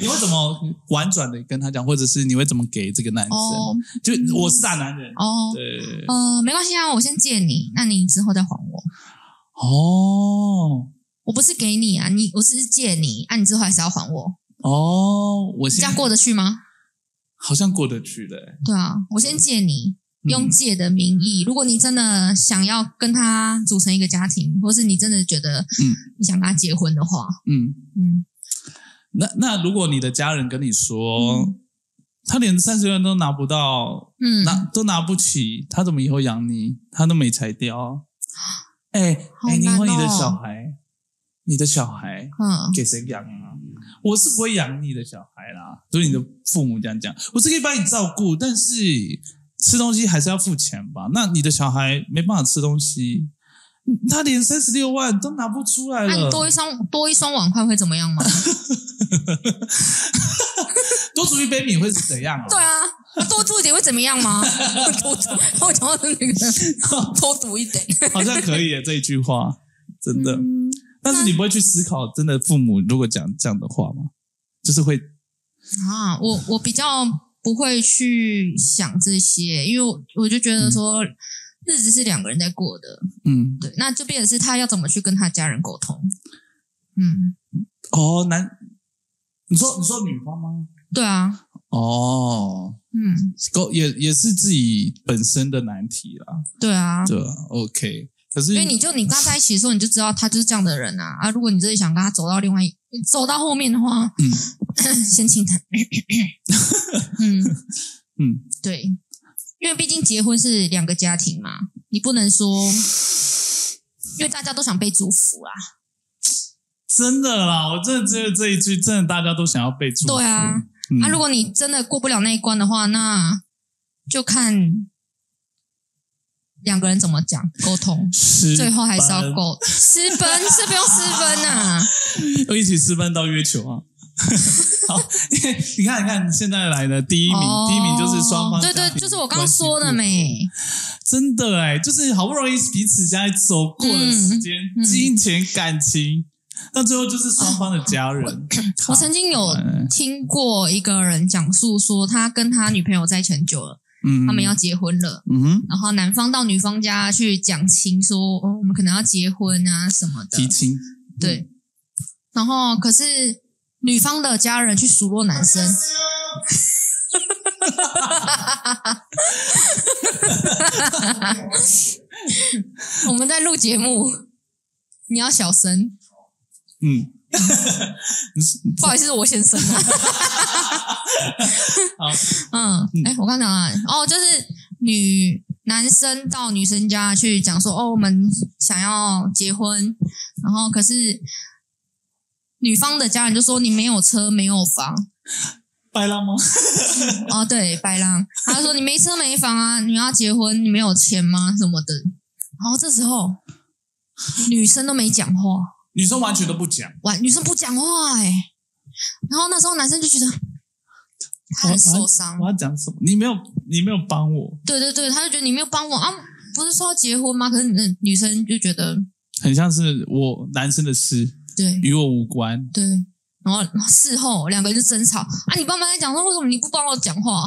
Speaker 2: 你会怎么婉转的跟他讲，或者是你会怎么给这个男
Speaker 1: 哦
Speaker 2: 生？就我是大男人，
Speaker 1: 哦，
Speaker 2: 对，
Speaker 1: 呃，没关系啊，我先借你，那你之后再还我。
Speaker 2: 哦
Speaker 1: 我不是给你啊，你我只是借你，啊，你之后还是要还我，
Speaker 2: 哦，我
Speaker 1: 这
Speaker 2: 现
Speaker 1: 样
Speaker 2: 在
Speaker 1: 过得去吗？
Speaker 2: 好像过得去的，欸
Speaker 1: 对啊，我先借你，用
Speaker 2: 嗯
Speaker 1: 借的名义。如果你真的想要跟他组成一个家庭，或是你真的觉得
Speaker 2: 嗯
Speaker 1: 你想跟他结婚的话，
Speaker 2: 嗯。
Speaker 1: 嗯，
Speaker 2: 那那如果你的家人跟你说，
Speaker 1: 嗯
Speaker 2: 他连三十万都拿不到，
Speaker 1: 嗯，
Speaker 2: 拿都拿不起，他怎么以后养你？他都没才调。 哎、
Speaker 1: 好
Speaker 2: 哎、你
Speaker 1: 难
Speaker 2: 问你的
Speaker 1: 哦
Speaker 2: 小孩，你的小孩
Speaker 1: 嗯，
Speaker 2: 给谁养啊？我是不会养你的小孩啦，所以你的父母这样讲，我是可以帮你照顾，但是吃东西还是要付钱吧？那你的小孩没办法吃东西，他连三十六万都拿不出来
Speaker 1: 那、
Speaker 2: 了，
Speaker 1: 啊你多一双多一双碗筷会怎么样 吗？
Speaker 2: 多煮一杯米会是怎样、啊？
Speaker 1: 对啊，那多住一点会怎么样吗？ 多住，我讲到那个多读一点。
Speaker 2: 好像可以耶这一句话，真的。
Speaker 1: 嗯
Speaker 2: 但是你不会去思考，真的父母如果讲这样的话吗？就是会
Speaker 1: 啊，我我比较不会去想这些，因为我我就觉得说。日子是两个人在过的，
Speaker 2: 嗯
Speaker 1: 对，那就变成是他要怎么去跟他家人沟通。嗯，
Speaker 2: 哦男，你说你说女方吗？
Speaker 1: 对啊，
Speaker 2: 哦，
Speaker 1: 嗯，
Speaker 2: 沟也也是自己本身的难题啦，
Speaker 1: 对啊，
Speaker 2: 对吧？OK，可是
Speaker 1: 因为你就你跟他在一起的时候，你就知道他就是这样的人啊啊！如果你真的想跟他走到另外一走到后面的话，
Speaker 2: 嗯
Speaker 1: 先清 谈。嗯，
Speaker 2: 嗯
Speaker 1: 对，因为毕竟结婚是两个家庭嘛，你不能说，因为大家都想被祝福啊。
Speaker 2: 真的啦，我真的只有这一句，真的大家都想要被祝福。
Speaker 1: 对啊，
Speaker 2: 嗯
Speaker 1: 啊，如果你真的过不了那一关的话，那就看两个人怎么讲沟通。
Speaker 2: 失
Speaker 1: 最后还是要
Speaker 2: 分
Speaker 1: 沟私 奔，是不用私奔啊呐、
Speaker 2: 又一起失败到月 球啊！好， 因为你看，你看，现在来的第一名，
Speaker 1: 哦
Speaker 2: 第一名就是双方家
Speaker 1: 对
Speaker 2: 庭
Speaker 1: 对，就是我刚刚
Speaker 2: 关系
Speaker 1: 说的
Speaker 2: 不
Speaker 1: 没。
Speaker 2: 真的哎、就是好不容易彼此现在走过了时间，
Speaker 1: 嗯嗯
Speaker 2: 金钱、感情，到最后就是双方的家人。
Speaker 1: 哦我曾经有
Speaker 2: 哎
Speaker 1: 听过一个人讲述说，他跟他女朋友在一起很久了，
Speaker 2: 嗯
Speaker 1: 他们要结婚了，
Speaker 2: 嗯哼
Speaker 1: 然后男方到女方家去讲情说，哦，我们可能要结婚啊什么的
Speaker 2: 提，亲，
Speaker 1: 对。然后可是女方的家人去数落男 生，我们在录节目，你要小声，
Speaker 2: 嗯，
Speaker 1: 不好意思，我先生啊。
Speaker 2: 好，
Speaker 1: 嗯，哎、我刚讲了，哦，就是女男生到女生家去讲说，哦，我们想要结婚，然后可是女方的家人就说你没有车，没有房，
Speaker 2: 拜了吗？
Speaker 1: 哦，对，白狼，他就说你没车没房啊，你要结婚，你没有钱吗？什么的。然后这时候女生都没讲话，
Speaker 2: 女生完全都不讲，
Speaker 1: 完女生不讲话哎、然后那时候男生就觉得他很受伤
Speaker 2: 我，要讲什么？你没有，你没有帮我，
Speaker 1: 对对对，他就觉得你没有帮我啊，不是说要结婚吗？可是那女生就觉得
Speaker 2: 很像是我男生的事，
Speaker 1: 对
Speaker 2: 与我无关。
Speaker 1: 对，然后事后两个就争吵啊，你爸妈在讲说为什么你不帮我讲话？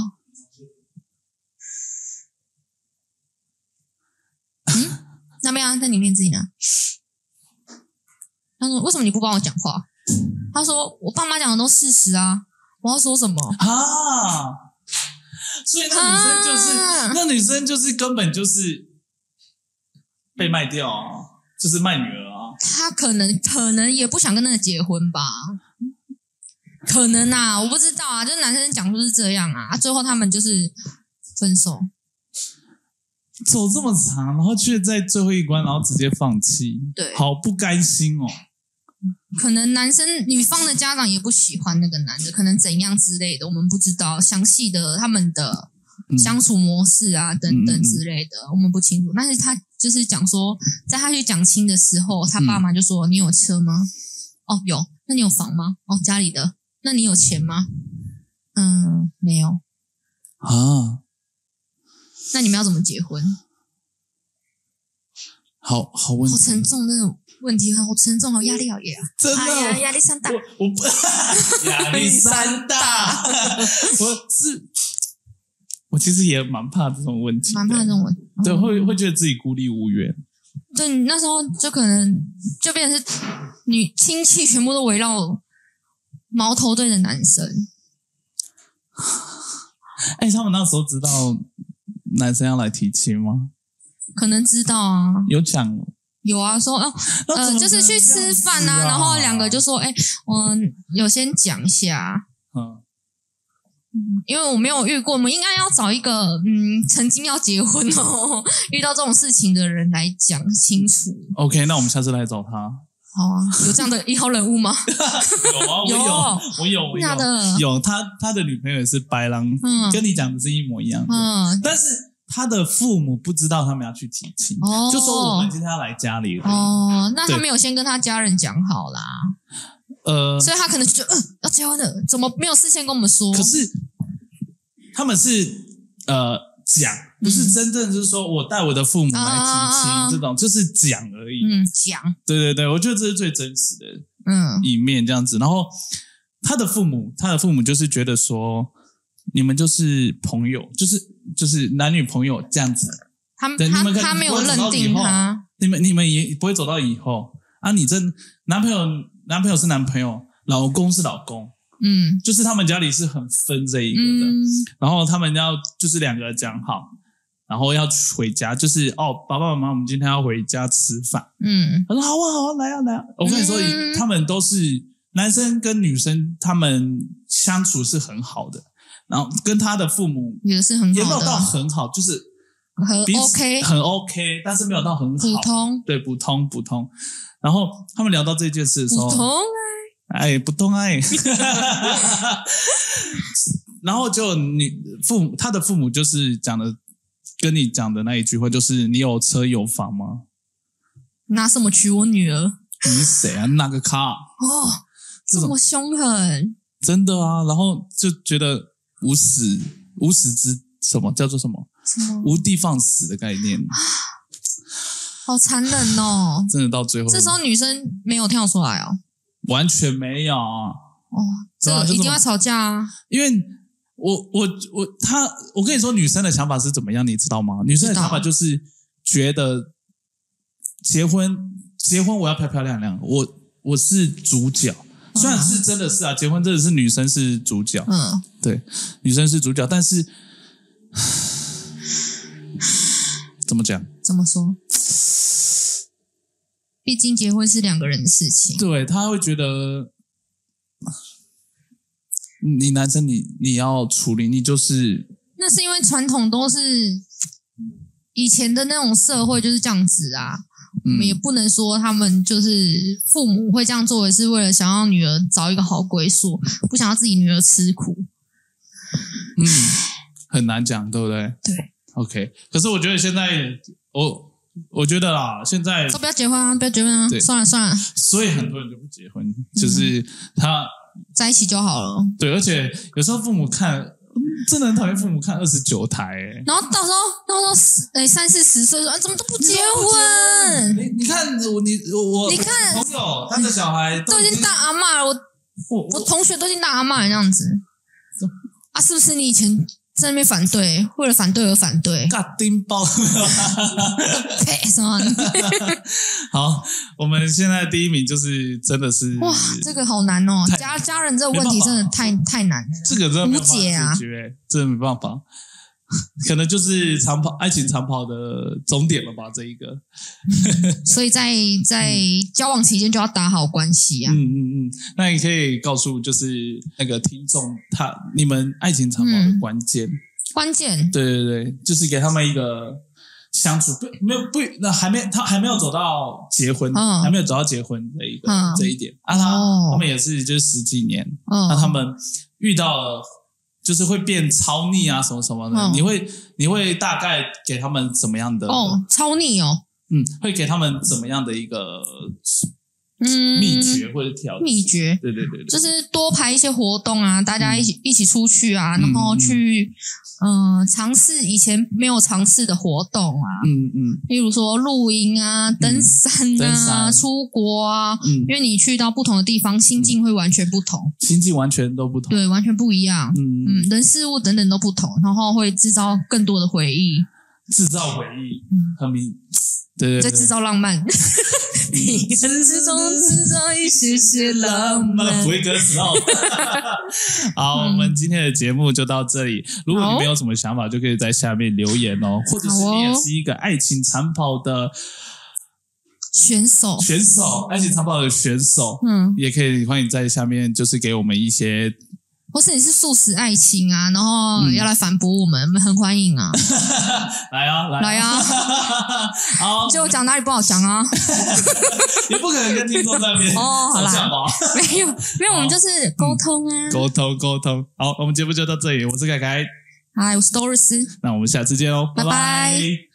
Speaker 1: 嗯， 那边啊，在里面自己拿。他说为什么你不帮我讲话？他说我爸妈讲的都事实啊，我要说什么？
Speaker 2: 啊，所以那女生就是、
Speaker 1: 啊
Speaker 2: 那女生就是根本就是被卖掉啊，就是卖女儿啊。
Speaker 1: 他可能可能也不想跟那个结婚吧，可能啊，我不知道啊，就是男生讲就是这样啊，啊最后他们就是分手，
Speaker 2: 走这么长，然后却在最后一关，然后直接放弃，
Speaker 1: 对
Speaker 2: 好不甘心哦。
Speaker 1: 可能男生女方的家长也不喜欢那个男的，可能怎样之类的，我们不知道详细的他们的
Speaker 2: 嗯
Speaker 1: 相处模式啊、等等之类的，我们不清楚。但是他就是讲说，在他去讲亲的时候，他爸妈就说：“你有车
Speaker 2: 嗯
Speaker 1: 吗？哦，有。那你有房吗？哦，家里的。那你有钱吗？嗯，没有。
Speaker 2: 啊，
Speaker 1: 那你们要怎么结婚？
Speaker 2: 好好问
Speaker 1: 好沉重，这种问题好沉重，好压力好也啊！
Speaker 2: 真的，哦
Speaker 1: 哎呀，压力山大。
Speaker 2: 我我
Speaker 1: 哎
Speaker 2: 不压力山大，我是我其实也蛮怕这种问题的，
Speaker 1: 蛮怕这种问题，
Speaker 2: 对，
Speaker 1: 嗯
Speaker 2: 会会觉得自己孤立无援。
Speaker 1: 对，你那时候就可能就变成是女亲戚全部都围绕矛头对着男生，
Speaker 2: 哎、他们那时候知道男生要来提亲吗？
Speaker 1: 可能知道啊，
Speaker 2: 有讲
Speaker 1: 有啊，说哦，
Speaker 2: 那怎
Speaker 1: 呃，
Speaker 2: 么
Speaker 1: 就是去吃饭
Speaker 2: 可能这样子啊
Speaker 1: 然后两个就说，哎，我有先讲一下，
Speaker 2: 嗯，
Speaker 1: 因为我没有遇过，我们应该要找一个嗯，曾经要结婚哦， 遇到这种事情的人来讲清楚。
Speaker 2: OK，那我们下次来找 他。
Speaker 1: 好啊，有这样的一号人物吗？
Speaker 2: 有啊，我
Speaker 1: 有
Speaker 2: 我有，我
Speaker 1: 真的
Speaker 2: 有，有他他的女朋友也是白狼，
Speaker 1: 嗯
Speaker 2: 跟你讲的是一模一样的，
Speaker 1: 嗯，
Speaker 2: 但是他的父母不知道他们要去提亲，
Speaker 1: 哦
Speaker 2: 就说我们今天要来家里而已。
Speaker 1: 哦，那他
Speaker 2: 对
Speaker 1: 没有先跟他家人讲好啦，
Speaker 2: 呃，
Speaker 1: 所以他可能就觉得，嗯，要结婚了，怎么没有事先跟我们说？
Speaker 2: 可是他们是呃讲，不是真正就是说我带我的父母
Speaker 1: 嗯
Speaker 2: 来提
Speaker 1: 啊啊啊
Speaker 2: 亲
Speaker 1: 啊
Speaker 2: 这种，就是讲而已。
Speaker 1: 嗯，讲，
Speaker 2: 对对对，我觉得这是最真实的
Speaker 1: 嗯
Speaker 2: 一面这样子。然后他的父母，他的父母就是觉得说，你们就是朋友，就是就是男女朋友这样子，，
Speaker 1: 他
Speaker 2: 对你
Speaker 1: 他
Speaker 2: 们可以
Speaker 1: 他没有
Speaker 2: 不会
Speaker 1: 认
Speaker 2: 走到
Speaker 1: 定
Speaker 2: 以后
Speaker 1: 他，
Speaker 2: 你们你们也不会走到以后啊。你这男朋友男朋友是男朋友，老公是老公，
Speaker 1: 嗯
Speaker 2: 就是他们家里是很分这一个的。
Speaker 1: 嗯
Speaker 2: 然后他们要就是两个人讲好，然后要回家，就是哦，爸爸妈妈，我们今天要回家吃饭。
Speaker 1: 嗯
Speaker 2: 他说好啊，好啊，来啊，来啊。我跟你说，
Speaker 1: 嗯
Speaker 2: 他们都是男生跟女生，他们相处是很好的，然后跟他的父母
Speaker 1: 也是很
Speaker 2: 也没
Speaker 1: 好
Speaker 2: 有
Speaker 1: 的
Speaker 2: 到
Speaker 1: 啊，
Speaker 2: 很好，就是
Speaker 1: 很
Speaker 2: 彼此
Speaker 1: OK，
Speaker 2: 很 OK，但是没有到很
Speaker 1: 普
Speaker 2: 好，
Speaker 1: 通
Speaker 2: 对，普通普通。然后他们聊到这件事的时
Speaker 1: 普
Speaker 2: 候，
Speaker 1: 通啊，
Speaker 2: 哎，不通 哎。然后就你父母，他的父母就是讲的，跟你讲的那一句话，就是你有车有房吗？
Speaker 1: 拿什么娶我女儿？
Speaker 2: 你是谁啊？那个咖，
Speaker 1: 哦，
Speaker 2: 这
Speaker 1: 这
Speaker 2: 种
Speaker 1: 么凶狠，
Speaker 2: 真的啊。然后就觉得无耻，无耻之什么叫做什么
Speaker 1: 什么
Speaker 2: 无的放矢的概念，
Speaker 1: 好残忍哦！
Speaker 2: 真的到最后
Speaker 1: 这时候女生没有跳出来哦，
Speaker 2: 完全没有啊。
Speaker 1: 哦，
Speaker 2: 对啊
Speaker 1: 这
Speaker 2: 就
Speaker 1: 一定
Speaker 2: 这种
Speaker 1: 要吵架啊！
Speaker 2: 因为我我我他，我跟你说，女生的想法是怎么样，你知道吗？女生的想法就是觉得结婚结婚我要漂漂亮亮，我我是主角。虽然是真的是啊，结婚真的是女生是主角，
Speaker 1: 嗯，
Speaker 2: 对，女生是主角，但是 怎么讲？
Speaker 1: 怎么说？毕竟结婚是两个人的事情，
Speaker 2: 对，啊他会觉得你男生你你要处理，你就是
Speaker 1: 那是因为传统都是以前的那种社会就是这样子啊。我
Speaker 2: 嗯
Speaker 1: 们也不能说他们就是父母会这样做，也是为了想让女儿找一个好归宿，不想要自己女儿吃苦。
Speaker 2: 嗯，很难讲，对不对？
Speaker 1: 对
Speaker 2: ，OK。可是我觉得现在，我我觉得啦，现在
Speaker 1: 说不要结婚啊，不要结婚啊
Speaker 2: 对，
Speaker 1: 算了算了，
Speaker 2: 所以很多人就不结婚，就是他、
Speaker 1: 在一起就好了。
Speaker 2: 对，而且有时候父母看，嗯真的很讨厌父母看二十九台、欸。
Speaker 1: 然后到时候到时候十哎三四十岁说、啊、怎么都不结
Speaker 2: 你
Speaker 1: 婚，
Speaker 2: 你看我你我我
Speaker 1: 你看
Speaker 2: 我朋友他的小孩
Speaker 1: 都已经
Speaker 2: 大
Speaker 1: 当阿嬷了，我
Speaker 2: 我
Speaker 1: 我
Speaker 2: 我，
Speaker 1: 同学都已经当阿嬷了这样子啊，是不是你以前在那边反对，为了反对而反对
Speaker 2: 嘎丁包。
Speaker 1: 呸什么？
Speaker 2: 好，我们现在第一名就是真的是
Speaker 1: 哇，这个好难哦
Speaker 2: 太，
Speaker 1: 家家人这个问题真的太太难了。
Speaker 2: 这个真的没有办
Speaker 1: 无解
Speaker 2: 法
Speaker 1: 啊
Speaker 2: 解决，真的没办法。 可能就是长跑爱情长跑的终点了吧？这一个，
Speaker 1: 所以在在交往期间就要打好关系啊
Speaker 2: 嗯。嗯嗯。那你可以告诉就是那个听众他你们爱情长跑的关键，
Speaker 1: 嗯关键
Speaker 2: 对对对，就是给他们一个相处不没有不那还没他还没有走到结婚，
Speaker 1: 嗯
Speaker 2: 还没有走到结婚这一个、
Speaker 1: 嗯
Speaker 2: 这一点啊他，
Speaker 1: 哦
Speaker 2: 他们也是就是十几年，那他
Speaker 1: 嗯，
Speaker 2: 们遇到了，就是会变超腻啊，什么什么的，
Speaker 1: 嗯
Speaker 2: 你会你会大概给他们怎么样的？
Speaker 1: 哦，超腻哦，
Speaker 2: 嗯，会给他们怎么样的一个
Speaker 1: 嗯，
Speaker 2: 秘诀或者条件？
Speaker 1: 秘诀。
Speaker 2: 对对对对，
Speaker 1: 就是多排一些活动啊，大
Speaker 2: 嗯
Speaker 1: 家一起、一起出去啊，然后去嗯、呃尝试以前没有尝试的活动啊，
Speaker 2: 嗯嗯
Speaker 1: 例如说露营啊、登山
Speaker 2: 登
Speaker 1: 啊、
Speaker 2: 山
Speaker 1: 出国啊，
Speaker 2: 嗯，
Speaker 1: 因为你去到不同的地方，心境会完全不同，
Speaker 2: 心境完全都不同。
Speaker 1: 对，完全不一样。
Speaker 2: 嗯，
Speaker 1: 嗯，人事物等等都不同，然后会制造更多的回忆，
Speaker 2: 制造回忆
Speaker 1: 嗯，
Speaker 2: 很明，对对
Speaker 1: 再
Speaker 2: 对，
Speaker 1: 制造浪漫，
Speaker 2: 你
Speaker 1: 之中制造一些些浪漫
Speaker 2: 不。会歌词哦。 好，我们今天的节目就到这里。如果你
Speaker 1: 好
Speaker 2: 没有什么想法，就可以在下面留言哦，或者是
Speaker 1: 好哦
Speaker 2: 你也是一个爱情长跑的
Speaker 1: 选手，
Speaker 2: 选
Speaker 1: 哦
Speaker 2: 手，爱情长跑的选手，
Speaker 1: 嗯，
Speaker 2: 也可以欢迎在下面就是给我们一些。
Speaker 1: 或是你是素食爱情啊，然后
Speaker 2: 嗯
Speaker 1: 要来反驳我们，我们很欢迎啊，
Speaker 2: 来啊，来
Speaker 1: 来啊，
Speaker 2: 好，
Speaker 1: 就讲哪里不好讲啊？
Speaker 2: 也不可能跟听众在那边
Speaker 1: 哦好啦
Speaker 2: 吵架吧
Speaker 1: 没有，没有，我们就是沟通啊。
Speaker 2: 沟通沟通。好，我们节目就到这里，我是凯凯，嗨，我是多瑞斯。
Speaker 1: 那我们下次见喽，哦
Speaker 2: 拜拜
Speaker 1: 拜